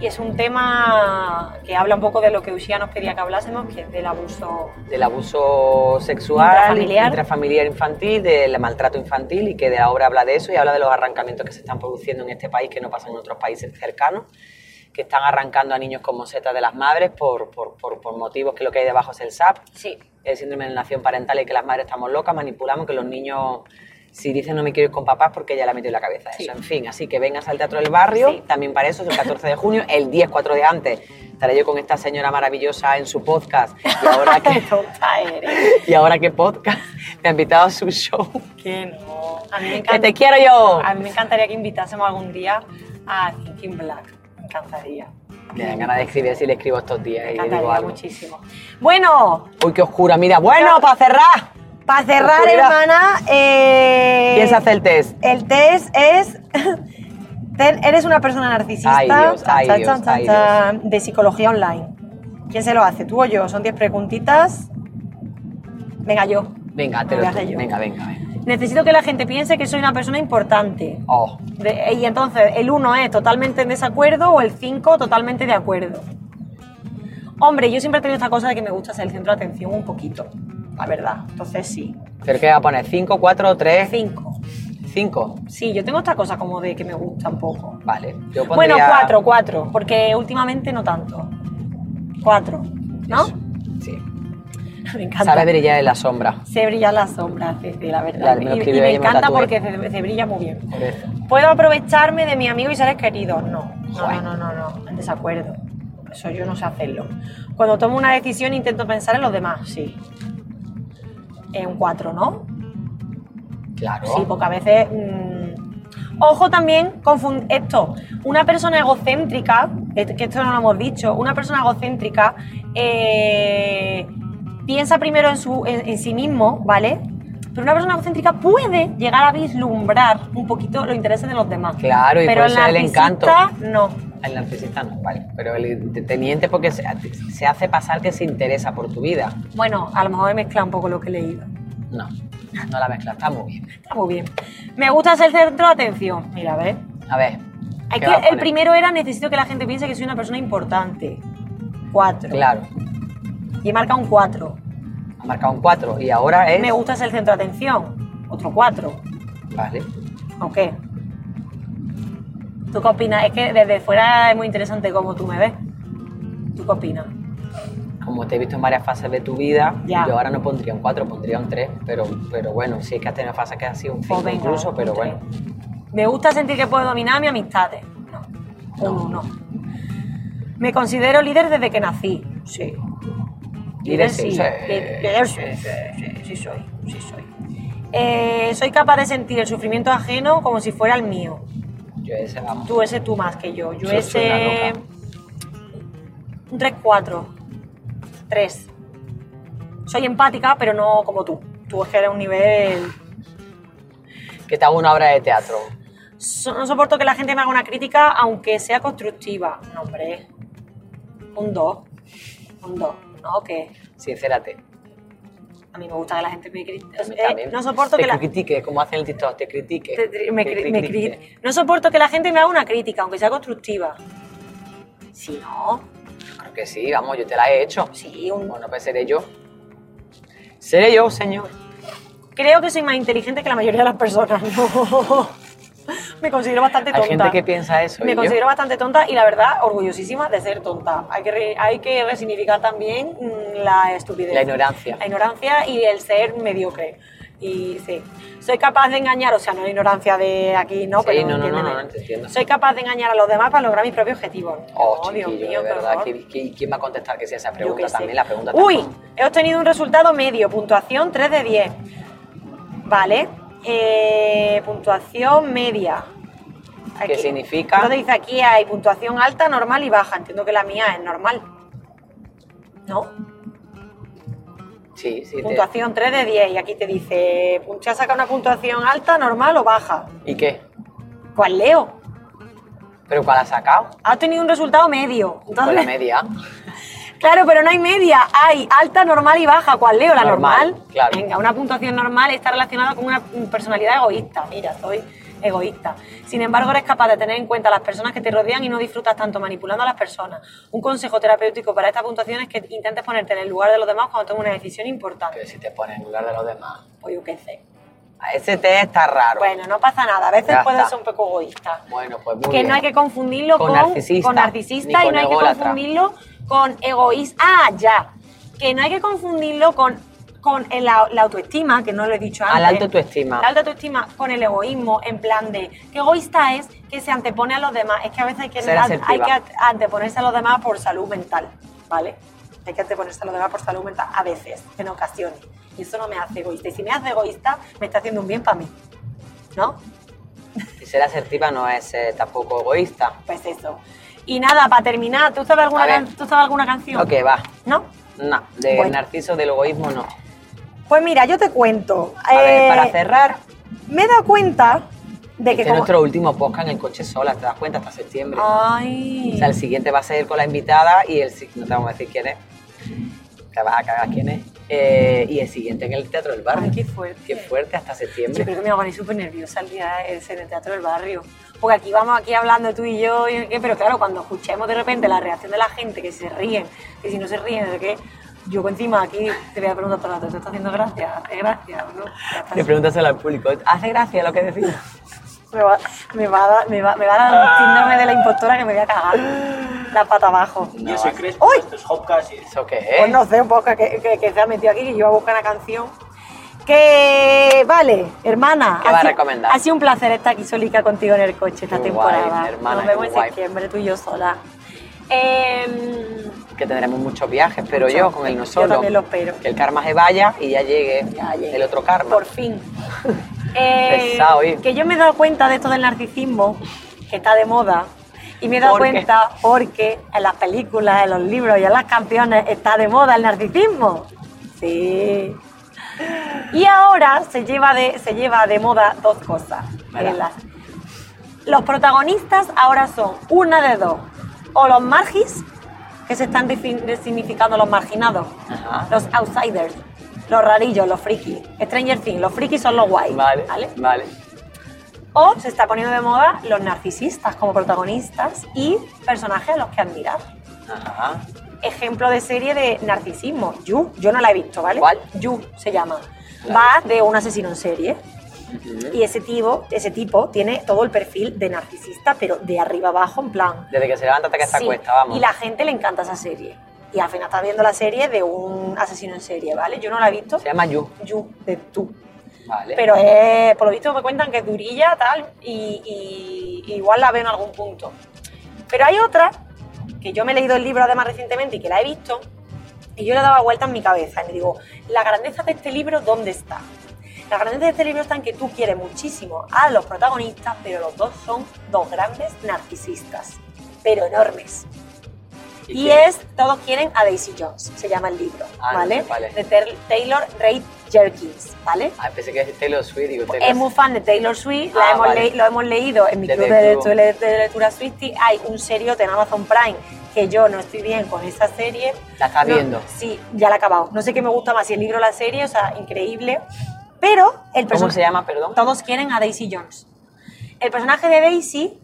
A: Y es un tema que habla un poco de lo que Ushia nos pedía que hablásemos, que es del abuso.
B: del abuso sexual,
A: Intrafamiliar.
B: intrafamiliar infantil, del maltrato infantil y que de la obra habla de eso y habla de los arrancamientos que se están produciendo en este país que no pasan en otros países cercanos, que están arrancando a niños como setas de las madres por, por- por- por motivos que lo que hay debajo es el SAP,
A: Sí,
B: el síndrome de alienación parental y que las madres estamos locas, manipulamos, que los niños... Si dicen no me quiero ir con papás porque ya la metido en la cabeza eso. En fin, así que vengas al Teatro del Barrio, también para eso, es el 14 de junio, el 10, 4 de antes. Estaré yo con esta señora maravillosa en su podcast. Y ahora que,
A: tonta eres.
B: y ahora que podcast me ha invitado a su show.
A: que no. A mí me
B: ¡Que
A: encanta.
B: te quiero yo!
A: A mí me encantaría que invitásemos algún día a Thinking Black. Me encantaría.
B: Me dan ganas de escribir si le escribo estos días
A: Me
B: y le digo
A: encantaría
B: algo.
A: muchísimo. Bueno,
B: Uy, qué oscura, mira. Bueno,
A: Yo-
B: para cerrar,
A: para cerrar,
B: Oscuridad.
A: hermana. eh,
B: ¿quién se hace el test?
A: El test es. ten- eres una persona narcisista
B: Ay, Dios, ay, Dios, ay, Dios.
A: de psicología online. ¿Quién se lo hace? ¿Tú o yo? Son 10 preguntitas. Venga, yo.
B: Venga,
A: Me
B: te lo
A: lo hago
B: tú.
A: yo.
B: Venga, venga, venga.
A: Necesito que la gente piense que soy una persona importante.
B: Oh,
A: De- y entonces, el 1 es totalmente en desacuerdo o el 5 totalmente de acuerdo. Hombre, yo siempre he tenido esta cosa de que me gusta ser el centro de atención un poquito. La verdad. Entonces, sí.
B: ¿pero qué va a poner? ¿Cinco, cuatro, tres,
A: 5.
B: cinco?
A: Sí, yo tengo esta cosa como de que me gusta un poco.
B: Vale, yo pondría...
A: Bueno, cuatro, cuatro, porque últimamente no tanto. Cuatro, ¿no?
B: Eso, Sí.
A: Me encanta.
B: Sabe brillar en la sombra.
A: Se brillan las sombras, Ceci, la verdad.
B: Claro, me lo
A: y,
B: escribió
A: y me
B: ella y me lo
A: encanta
B: tatué.
A: porque se, se brilla muy bien.
B: Por eso.
A: ¿Puedo aprovecharme de mi amigo y seres queridos? No, no,
B: Joder.
A: no, no, no, en desacuerdo. Eso yo no sé hacerlo. Cuando tomo una decisión intento pensar en los demás, sí. En un cuatro, ¿no?
B: Claro.
A: Sí, porque a veces. mm, ojo también, confund esto. Una persona egocéntrica, et- que esto no lo hemos dicho, una persona egocéntrica eh, piensa primero en, su, en, en sí mismo, ¿vale? Pero una persona egocéntrica puede llegar a vislumbrar un poquito los intereses de los demás.
B: Claro, y
A: Pero
B: puede ser el encanto.
A: narcisista, No.
B: El narcisista no, vale. Pero el teniente porque se, se hace pasar que se interesa por tu vida.
A: Bueno, a lo mejor he mezclado un poco lo que he leído.
B: No, no la mezcla, está muy bien.
A: Está muy bien. Me gusta ser centro de atención. Mira, a ver.
B: A ver,
A: Hay que-
B: ¿Qué va a poner?
A: el primero era necesito que la gente piense que soy una persona importante. Cuatro.
B: Claro,
A: Y he marcado un cuatro.
B: ha marcado un 4 y ahora es...
A: Me gusta ser el centro de atención. Otro cuatro.
B: Vale.
A: ¿O qué? ¿Tú qué opinas? Es que desde fuera es muy interesante cómo tú me ves. ¿Tú qué opinas?
B: Como te he visto en varias fases de tu vida,
A: Ya.
B: yo ahora no pondría un 4, pondría un 3, pero, pero bueno, sí que has tenido fases que han sido un 5
A: Pues venga,
B: incluso, pero
A: un
B: bueno.
A: Me gusta sentir que puedo dominar mis amistades. No. Un uno. Me considero líder desde que nací. Sí.
B: Líder sí, sí.
A: Líder líder sí. Sí, sí soy. Sí soy. Eh, soy capaz de sentir el sufrimiento ajeno como si fuera el mío.
B: Yo ese vamos.
A: Tú ese tú más que yo. Yo
B: Yo soy una
A: ese...
B: loca.
A: Un 3-4. 3. Soy empática, pero no como tú. Tú es que eres un nivel...
B: Que te hago una obra de teatro.
A: So- no soporto que la gente me haga una crítica, aunque sea constructiva. No, hombre. Un 2. Un 2. No, que
B: Sincérate.
A: a mí me gusta que la gente me critique.
B: A mí también.
A: no soporto
B: te
A: que la
B: critique, como hacen el TikTok, te critique.
A: te- te- me
B: te
A: cri- me
B: critique.
A: cri- No soporto que la gente me haga una crítica, aunque sea constructiva. Si no,
B: Creo que sí, vamos, yo te la he hecho.
A: sí, un
B: Bueno, pues seré yo. Seré yo, señor.
A: Creo que soy más inteligente que la mayoría de las personas. No. Me considero bastante
B: Hay
A: tonta.
B: gente que piensa eso. y
A: Me
B: yo-
A: considero bastante tonta y la verdad, orgullosísima de ser tonta. Hay que, re- hay que resignificar también mm, la estupidez.
B: La ignorancia.
A: La ignorancia y el ser mediocre. Y sí, soy capaz de engañar, o sea, no la ignorancia de aquí, ¿no?
B: Sí,
A: Pero
B: no, no, no,
A: entiéndeme.
B: no, no, te entiendo.
A: Soy capaz de engañar a los demás para lograr mis propios objetivos.
B: Oh,
A: No, Dios
B: chiquillo,
A: mío,
B: de
A: qué
B: verdad.
A: horror.
B: ¿qui- qui- ¿Quién va a contestar que sea esa
A: Yo qué
B: pregunta
A: sé.
B: también? La pregunta
A: Uy,
B: tampoco.
A: he obtenido un resultado medio, puntuación 3 de 10. Vale, eh, puntuación media.
B: ¿Qué significa?
A: Entonces dice aquí hay puntuación alta, normal y baja. Entiendo que la mía es normal. ¿No?
B: Sí, sí. te-
A: Puntuación 3 de 10 y aquí te dice, pun- ¿se ha sacado una puntuación alta, normal o baja?
B: ¿Y qué?
A: ¿Cuál leo?
B: ¿Pero cuál has sacado?
A: Has tenido un resultado medio. Entonces-
B: Con Pues la media.
A: Claro, pero no hay media, hay alta, normal y baja. ¿Cuál leo? La normal.
B: Normal, claro.
A: Venga, una puntuación normal está relacionada con una personalidad egoísta. Mira, soy egoísta. Sin embargo, eres capaz de tener en cuenta a las personas que te rodean y no disfrutas tanto manipulando a las personas. Un consejo terapéutico para esta puntuación es que intentes ponerte en el lugar de los demás cuando tomes una decisión importante.
B: Pero si te pones en lugar de los demás.
A: Pues yo qué sé.
B: A Ese té está raro.
A: Bueno, no pasa nada. A veces
B: Ya
A: puedes
B: está.
A: ser un poco egoísta.
B: Bueno, pues muy
A: que
B: bien.
A: no hay que confundirlo
B: Con
A: con,
B: narcisista,
A: con narcisista
B: ni con
A: y no hay que
B: ególatra.
A: confundirlo con egoísta. Ah, ya. Que no hay que confundirlo con, con el- la, la autoestima, que no lo he dicho antes.
B: Al alto tu estima.
A: La alta autoestima con el egoísmo, en plan de que egoísta es que se antepone a los demás. Es que a veces hay que,
B: Ser
A: an-
B: asertiva.
A: hay que at- anteponerse a los demás por salud mental, ¿vale? Hay que anteponerse a los demás por salud mental a veces, en ocasiones. Y eso no me hace egoísta. Y si me hace egoísta, me está haciendo un bien para mí, ¿no?
B: Y ser asertiva no es eh, tampoco egoísta.
A: Pues eso. Y nada, para terminar, ¿tú sabes alguna,
B: A ver.
A: can- ¿tú sabes alguna canción?
B: Ok, va.
A: ¿No?
B: No, de
A: Bueno.
B: narciso, del egoísmo, no.
A: Pues mira, yo te cuento.
B: A ver,
A: Eh,
B: para cerrar,
A: Me he dado cuenta de
B: este
A: que
B: es
A: como...
B: nuestro último podcast en el coche sola, ¿te das cuenta? Hasta septiembre.
A: Ay.
B: O sea, el siguiente va a ser con la invitada y el si- no te vamos a decir quién es. Te vas a cagar quién es. Eh, y el siguiente en el Teatro del Barrio.
A: Ay, qué fuerte.
B: Qué fuerte hasta septiembre.
A: Yo creo que me voy a poner súper nerviosa el día ese en el Teatro del Barrio. Porque aquí vamos aquí hablando tú y yo, y no sé qué, pero claro, cuando escuchemos de repente la reacción de la gente, que si se ríen, que si no se ríen, no sé qué, yo por encima aquí te voy a preguntar todo el rato, ¿te está haciendo gracia? ¿Hace gracia? o ¿No? Ya está.
B: Le preguntas al público, ¿hace gracia lo que decís?
A: Me va, me va a dar, me va, me va a dar un síndrome de la impostora que me voy a cagar. La pata abajo.
B: ¿Eh?
H: Yo soy Crespo,
A: ¡Uy!
H: esto es Hopcast y
B: ¿Eso qué
A: Pues
B: es?
A: no sé, un poco que, que- que se ha metido aquí, que yo iba a buscar una canción. Que vale, hermana.
B: ¿Qué
A: ha
B: va a
A: sido-
B: recomendar?
A: Ha sido un placer estar aquí solica contigo en el coche esta
B: Qué
A: temporada.
B: guay, hermana,
A: Nos vemos
B: qué
A: en
B: guay.
A: septiembre, tú y yo sola. Em,
B: Que tendremos muchos viajes, pero
A: Muchos.
B: yo con el no
A: Yo
B: solo.
A: también lo espero.
B: Que el karma se vaya y ya llegue,
A: Ya llegué.
B: el otro karma.
A: Por fin. Eh,
B: Pesado, ¿eh?
A: que yo me he dado cuenta de esto del narcisismo, que está de moda. Y me he dado
B: ¿Por qué?
A: cuenta porque en las películas, en los libros y en las canciones está de moda el narcisismo. Sí. Y ahora se lleva de, se lleva de moda dos cosas.
B: Vale.
A: En las- los protagonistas ahora son una de dos. O los margis, que se están defin- resignificando los marginados.
B: Ajá.
A: Los outsiders, los rarillos, los frikis. Stranger Things, los frikis son los guays.
B: Vale, vale.
A: O se está poniendo de moda los narcisistas como protagonistas y personajes a los que admirar.
B: Ajá.
A: Ejemplo de serie de narcisismo. You, yo no la he visto, ¿vale?
B: ¿Cuál?
A: You se llama. Va de un asesino en serie. Y ese tipo, ese tipo tiene todo el perfil de narcisista, pero de arriba abajo, en plan.
B: Desde que se levanta hasta que se
A: Sí,
B: acuesta, vamos.
A: Y la gente le encanta esa serie. Y al final está viendo la serie de un asesino en serie, ¿vale? Yo no la he visto.
B: Se llama You.
A: You, de tú.
B: Vale.
A: Pero eh, por lo visto me cuentan que es durilla, tal, y, y- y igual la veo en algún punto. Pero hay otra, que yo me he leído el libro además recientemente y que la he visto, y yo le daba vuelta en mi cabeza y me digo, la grandeza de este libro, ¿dónde está? La grandeza de este libro está en que tú quieres muchísimo a los protagonistas, pero los dos son dos grandes narcisistas, pero enormes. Y
B: qué?
A: es Todos quieren a Daisy Jones, se llama el libro,
B: Ah, no
A: ¿vale?
B: sé cuál es.
A: De Ter- Taylor Ray Jerkins, ¿vale?
B: Ah, pensé que es Taylor Swift. Digo, Taylor
A: es muy fan de Taylor Swift, la
B: Ah,
A: hemos
B: vale.
A: leí- lo hemos leído en mi
B: De
A: club de,
B: lectura.
A: de- de lectura Swiftie. Hay un seriote en Amazon Prime que yo no estoy bien con esa serie.
B: La está
A: No,
B: viendo.
A: Sí, ya la he acabado. No sé qué me gusta más, si el libro o la serie, o sea, increíble. Pero el
B: ¿Cómo
A: personaje...
B: se llama, perdón?
A: Todos quieren a Daisy Jones. El personaje de Daisy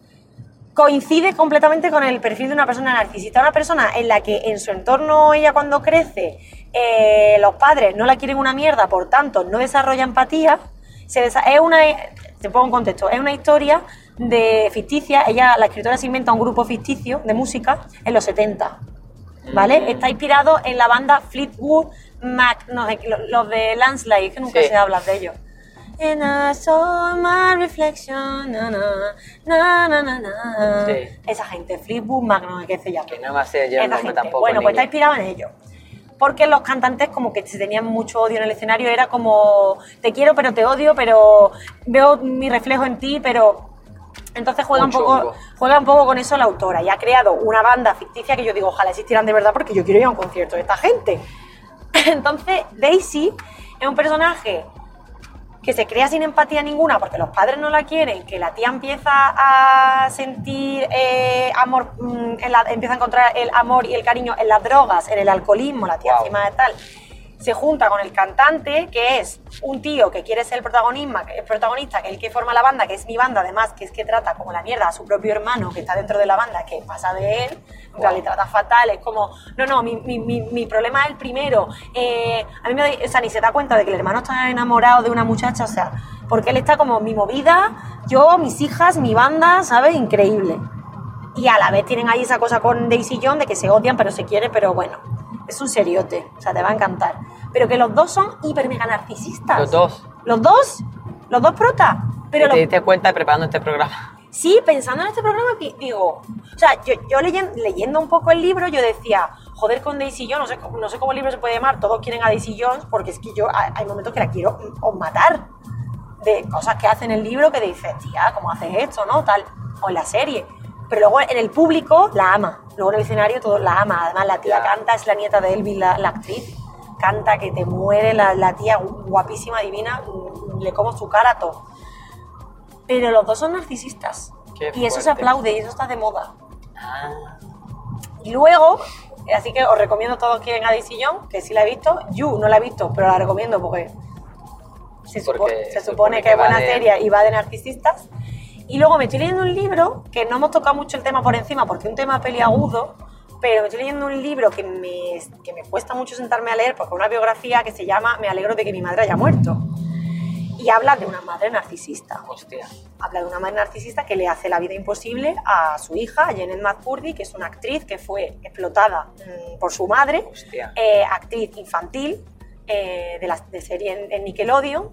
A: coincide completamente con el perfil de una persona narcisista, una persona en la que en su entorno ella cuando crece eh, los padres no la quieren una mierda, por tanto no desarrolla empatía. Se desa- es una, te pongo en contexto, es una historia de ficticia. Ella, la escritora se inventa un grupo ficticio de música en los 70.
B: Mm.
A: ¿Vale? Está inspirado en la banda Fleetwood Mac, no sé, lo- los de Landslide, es que nunca
B: Sí.
A: se habla de ellos. And I saw my reflection, na, na, na, na, na, na.
B: Sí.
A: Esa gente, Fleetwood Mac, no sé qué se llama.
B: Que no me sé yo
A: Esa
B: el nombre
A: gente.
B: tampoco.
A: Bueno, pues está
B: niña.
A: inspirado en ellos. Porque los cantantes como que se tenían mucho odio en el escenario, era como, te quiero pero te odio, pero veo mi reflejo en ti, pero... Entonces juega
B: Un
A: un, poco,
B: chungo.
A: juega un poco con eso la autora y ha creado una banda ficticia que yo digo, ojalá existieran de verdad porque yo quiero ir a un concierto de esta gente. Entonces, Daisy es un personaje que se crea sin empatía ninguna porque los padres no la quieren, que la tía empieza a sentir eh, amor, mm, en la- empieza a encontrar el amor y el cariño en las drogas, en el alcoholismo, la tía
B: Guau.
A: encima de tal. Se junta con el cantante, que es un tío que quiere ser el protagonista, el protagonista, que es el que forma la banda, que es mi banda, además, que es que trata como la mierda a su propio hermano que está dentro de la banda, que pasa de él, en plan, le trata fatal, es como, no, no, mi, mi- mi- mi problema es el primero. Eh, a mí me da- o sea, ni se da cuenta de que el hermano está enamorado de una muchacha, o sea, porque él está como mi movida, yo, mis hijas, mi banda, ¿sabes? Increíble. Y a la vez tienen ahí esa cosa con Daisy y John de que se odian, pero se quieren, pero bueno, es un seriote, o sea, te va a encantar. Pero que los dos son hiper mega narcisistas.
B: Los dos.
A: Los dos, los dos protas. Pero
B: Y
A: los
B: te diste cuenta preparando este programa.
A: Sí, pensando en este programa, pi- digo, o sea, yo, yo leyen- leyendo un poco el libro, yo decía, joder con Daisy Jones, no sé, cómo- no sé cómo el libro se puede llamar, todos quieren a Daisy Jones, porque es que yo hay hay momentos que la quiero mm, o matar de cosas que hace en el libro que dices, tía, ¿cómo haces esto, no? Tal, o en la serie. Pero luego en el público la ama, luego en el escenario todo la ama, además la tía
B: Ya.
A: canta, es la nieta de Elvis, la, la actriz, canta que te muere, la, la tía guapísima, divina, mm, le como su cara a todo. Pero los dos son narcisistas.
B: Qué
A: y eso
B: fuerte.
A: se aplaude y eso está de moda. Y luego, eh, así que os recomiendo todos quieren a Daisy Jones, que sí la he visto. You no la he visto, pero la recomiendo porque se, supo-
B: Porque
A: se supone que es
B: va
A: buena
B: de-
A: serie y va de narcisistas. Y luego me estoy leyendo un libro, que no hemos tocado mucho el tema por encima porque es un tema peliagudo, pero me estoy leyendo un libro que me, que me cuesta mucho sentarme a leer porque es una biografía que se llama Me alegro de que mi madre haya muerto. Y habla de una madre narcisista
B: Hostia.
A: habla de una madre narcisista que le hace la vida imposible a su hija, a Janet McCurdy, que es una actriz que fue explotada mm, por su madre,
B: Hostia.
A: eh, actriz infantil eh, de, la, de serie en, en Nickelodeon,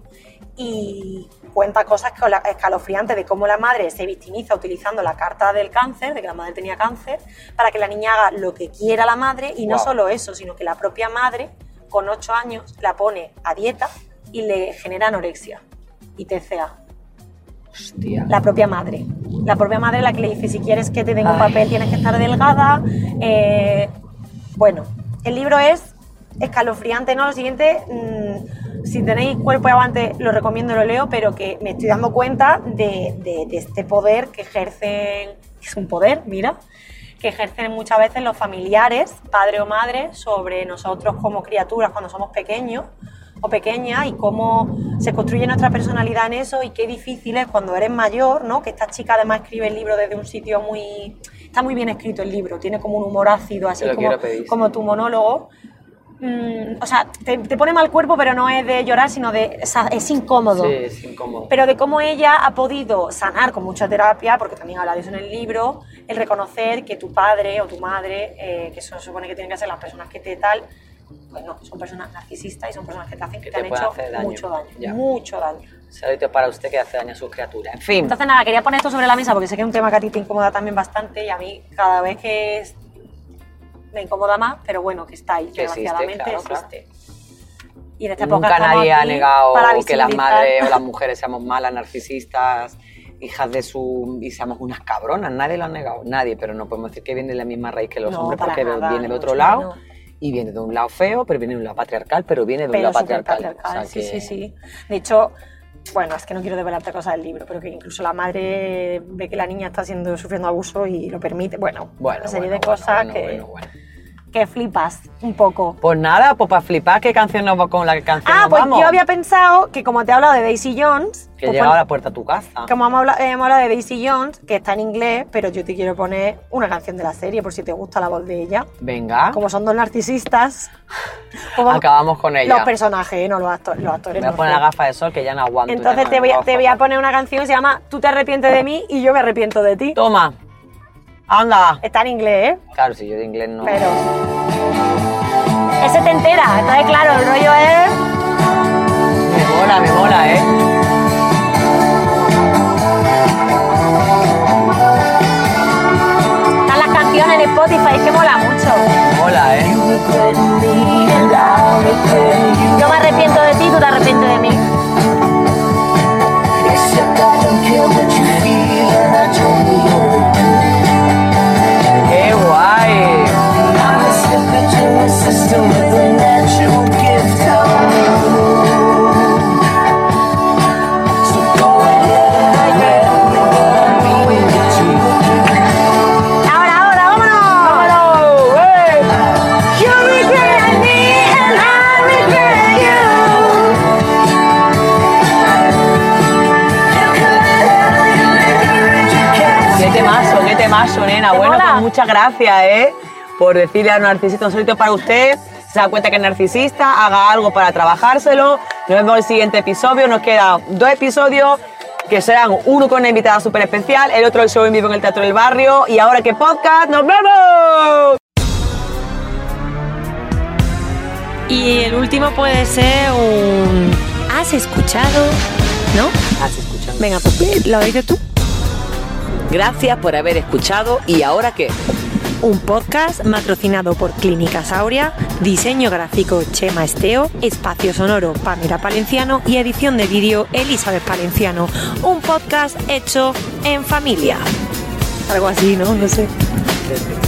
A: y cuenta cosas con la- escalofriantes de cómo la madre se victimiza utilizando la carta del cáncer, de que la madre tenía cáncer, para que la niña haga lo que quiera la madre, y no
B: Guau.
A: solo eso, sino que la propia madre, con 8 años, la pone a dieta y le genera anorexia y TCA
B: Hostia.
A: la propia madre. La propia madre la que le dice, si quieres que te den un papel tienes que estar delgada. eh, bueno, el libro es escalofriante, ¿no? Lo siguiente, mm, si tenéis cuerpo y aguante, lo recomiendo, lo leo, pero que me estoy dando cuenta de, de- de este poder que ejercen, es un poder, mira, que ejercen muchas veces los familiares, padre o madre, sobre nosotros como criaturas cuando somos pequeños, o pequeñas y cómo se construye nuestra personalidad en eso y qué difícil es cuando eres mayor, ¿no? Que esta chica además escribe el libro desde un sitio muy... Está muy bien escrito el libro, tiene como un humor ácido, así
B: Te lo
A: como,
B: quiero pedir, sí.
A: como tu monólogo. Mm, o sea, te, te pone mal cuerpo, pero no es de llorar, sino de... o sea, es incómodo
B: Sí, es incómodo.
A: pero de cómo ella ha podido sanar con mucha terapia, porque también habla de eso en el libro, el reconocer que tu padre o tu madre, eh, que eso se supone que tienen que ser las personas que te tal, pues no, son personas narcisistas y son personas que te hacen que,
B: Que
A: te, han
B: te pueden
A: hecho
B: hacer daño.
A: mucho daño,
B: Ya.
A: mucho daño.
B: Saludito para usted que hace daño a sus criaturas. En fin,
A: Entonces nada, quería poner esto sobre la mesa porque sé que es un tema que a ti te incomoda también bastante y a mí cada vez que es- me incomoda más, pero bueno, que está ahí,
B: Que existe,
A: desgraciadamente
B: claro, claro.
A: existe. Y en este. esta época
B: nunca
A: estamos
B: nadie ha
A: aquí
B: negado
A: para
B: que las
A: visibilizar-
B: madres o las mujeres seamos malas, narcisistas, hijas de su... y seamos unas cabronas. Nadie lo ha negado, nadie, pero no podemos decir que viene de la misma raíz que los
A: No,
B: hombres
A: para
B: porque
A: nada,
B: viene de
A: ni
B: otro
A: mucho
B: lado.
A: menos.
B: Y viene de un lado feo, pero viene de un lado patriarcal, pero viene de un
A: pero
B: lado patriarcal.
A: superpatriarcal,
B: O sea
A: sí, sí,
B: que-
A: sí. De hecho, bueno, es que no quiero develarte cosas del libro, pero que incluso la madre ve que la niña está siendo, sufriendo abuso y lo permite. Bueno,
B: Bueno,
A: una serie
B: bueno,
A: de cosas
B: bueno,
A: que,
B: bueno, bueno.
A: que flipas un poco.
B: Pues nada, pues para flipar, ¿qué canción nos va con la canción
A: Ah,
B: nos
A: pues
B: vamos?
A: yo había pensado que como te he hablado de Daisy Jones,
B: Que
A: pues
B: llegaba
A: pon-
B: a la puerta a tu casa.
A: como hemos habla- hemos hablado, de Daisy Jones, que está en inglés, pero yo te quiero poner una canción de la serie por si te gusta la voz de ella.
B: Venga,
A: Como son dos narcisistas, como
B: acabamos con ella.
A: los personajes, ¿eh? no los, acto- los actores.
B: Me voy a
A: no,
B: poner la
A: no.
B: gafa de sol que ya no aguanto.
A: Entonces
B: ya
A: te
B: no
A: voy, a,
B: aguanto.
A: te voy a poner una canción que se llama Tú te arrepientes de mí y yo me arrepiento de ti.
B: Toma. Anda.
A: Está en inglés, ¿eh?
B: Claro, si yo de inglés no.
A: Pero... Ese te entera, entonces claro, el rollo es...
B: Me mola, me mola, ¿eh?
A: Están las canciones en Spotify, es que mola mucho.
B: Me mola, ¿eh?
A: Yo me arrepiento de ti, tú te arrepientes de mí.
B: ¡Qué guay!
A: Ahora, ahora, vámonos. Vámonos. eh. You regret me and I regret you.
B: ¡Qué temazo, qué temazo, nena!
A: ¿Te
B: Bueno,
A: mola?
B: pues muchas gracias, ¿eh? Por decirle a narcisista un solito para usted. Se da cuenta que es narcisista, haga algo para trabajárselo. Nos vemos en el siguiente episodio. Nos quedan dos episodios que serán uno con una invitada súper especial, el otro el show en vivo en el Teatro del Barrio. Y ahora que podcast, ¡nos vemos!
C: Y el último puede ser un... ¿Has escuchado? ¿No?
B: Has escuchado.
C: Venga, pues lo dices tú.
B: Gracias por haber escuchado. ¿Y ahora qué?
C: Un podcast patrocinado por Clínica Sauria, diseño gráfico Chema Esteo, espacio sonoro Pamela Palenciano y edición de vídeo Elizabeth Palenciano. Un podcast hecho en familia. Algo así, ¿no? No sé.
B: Desde-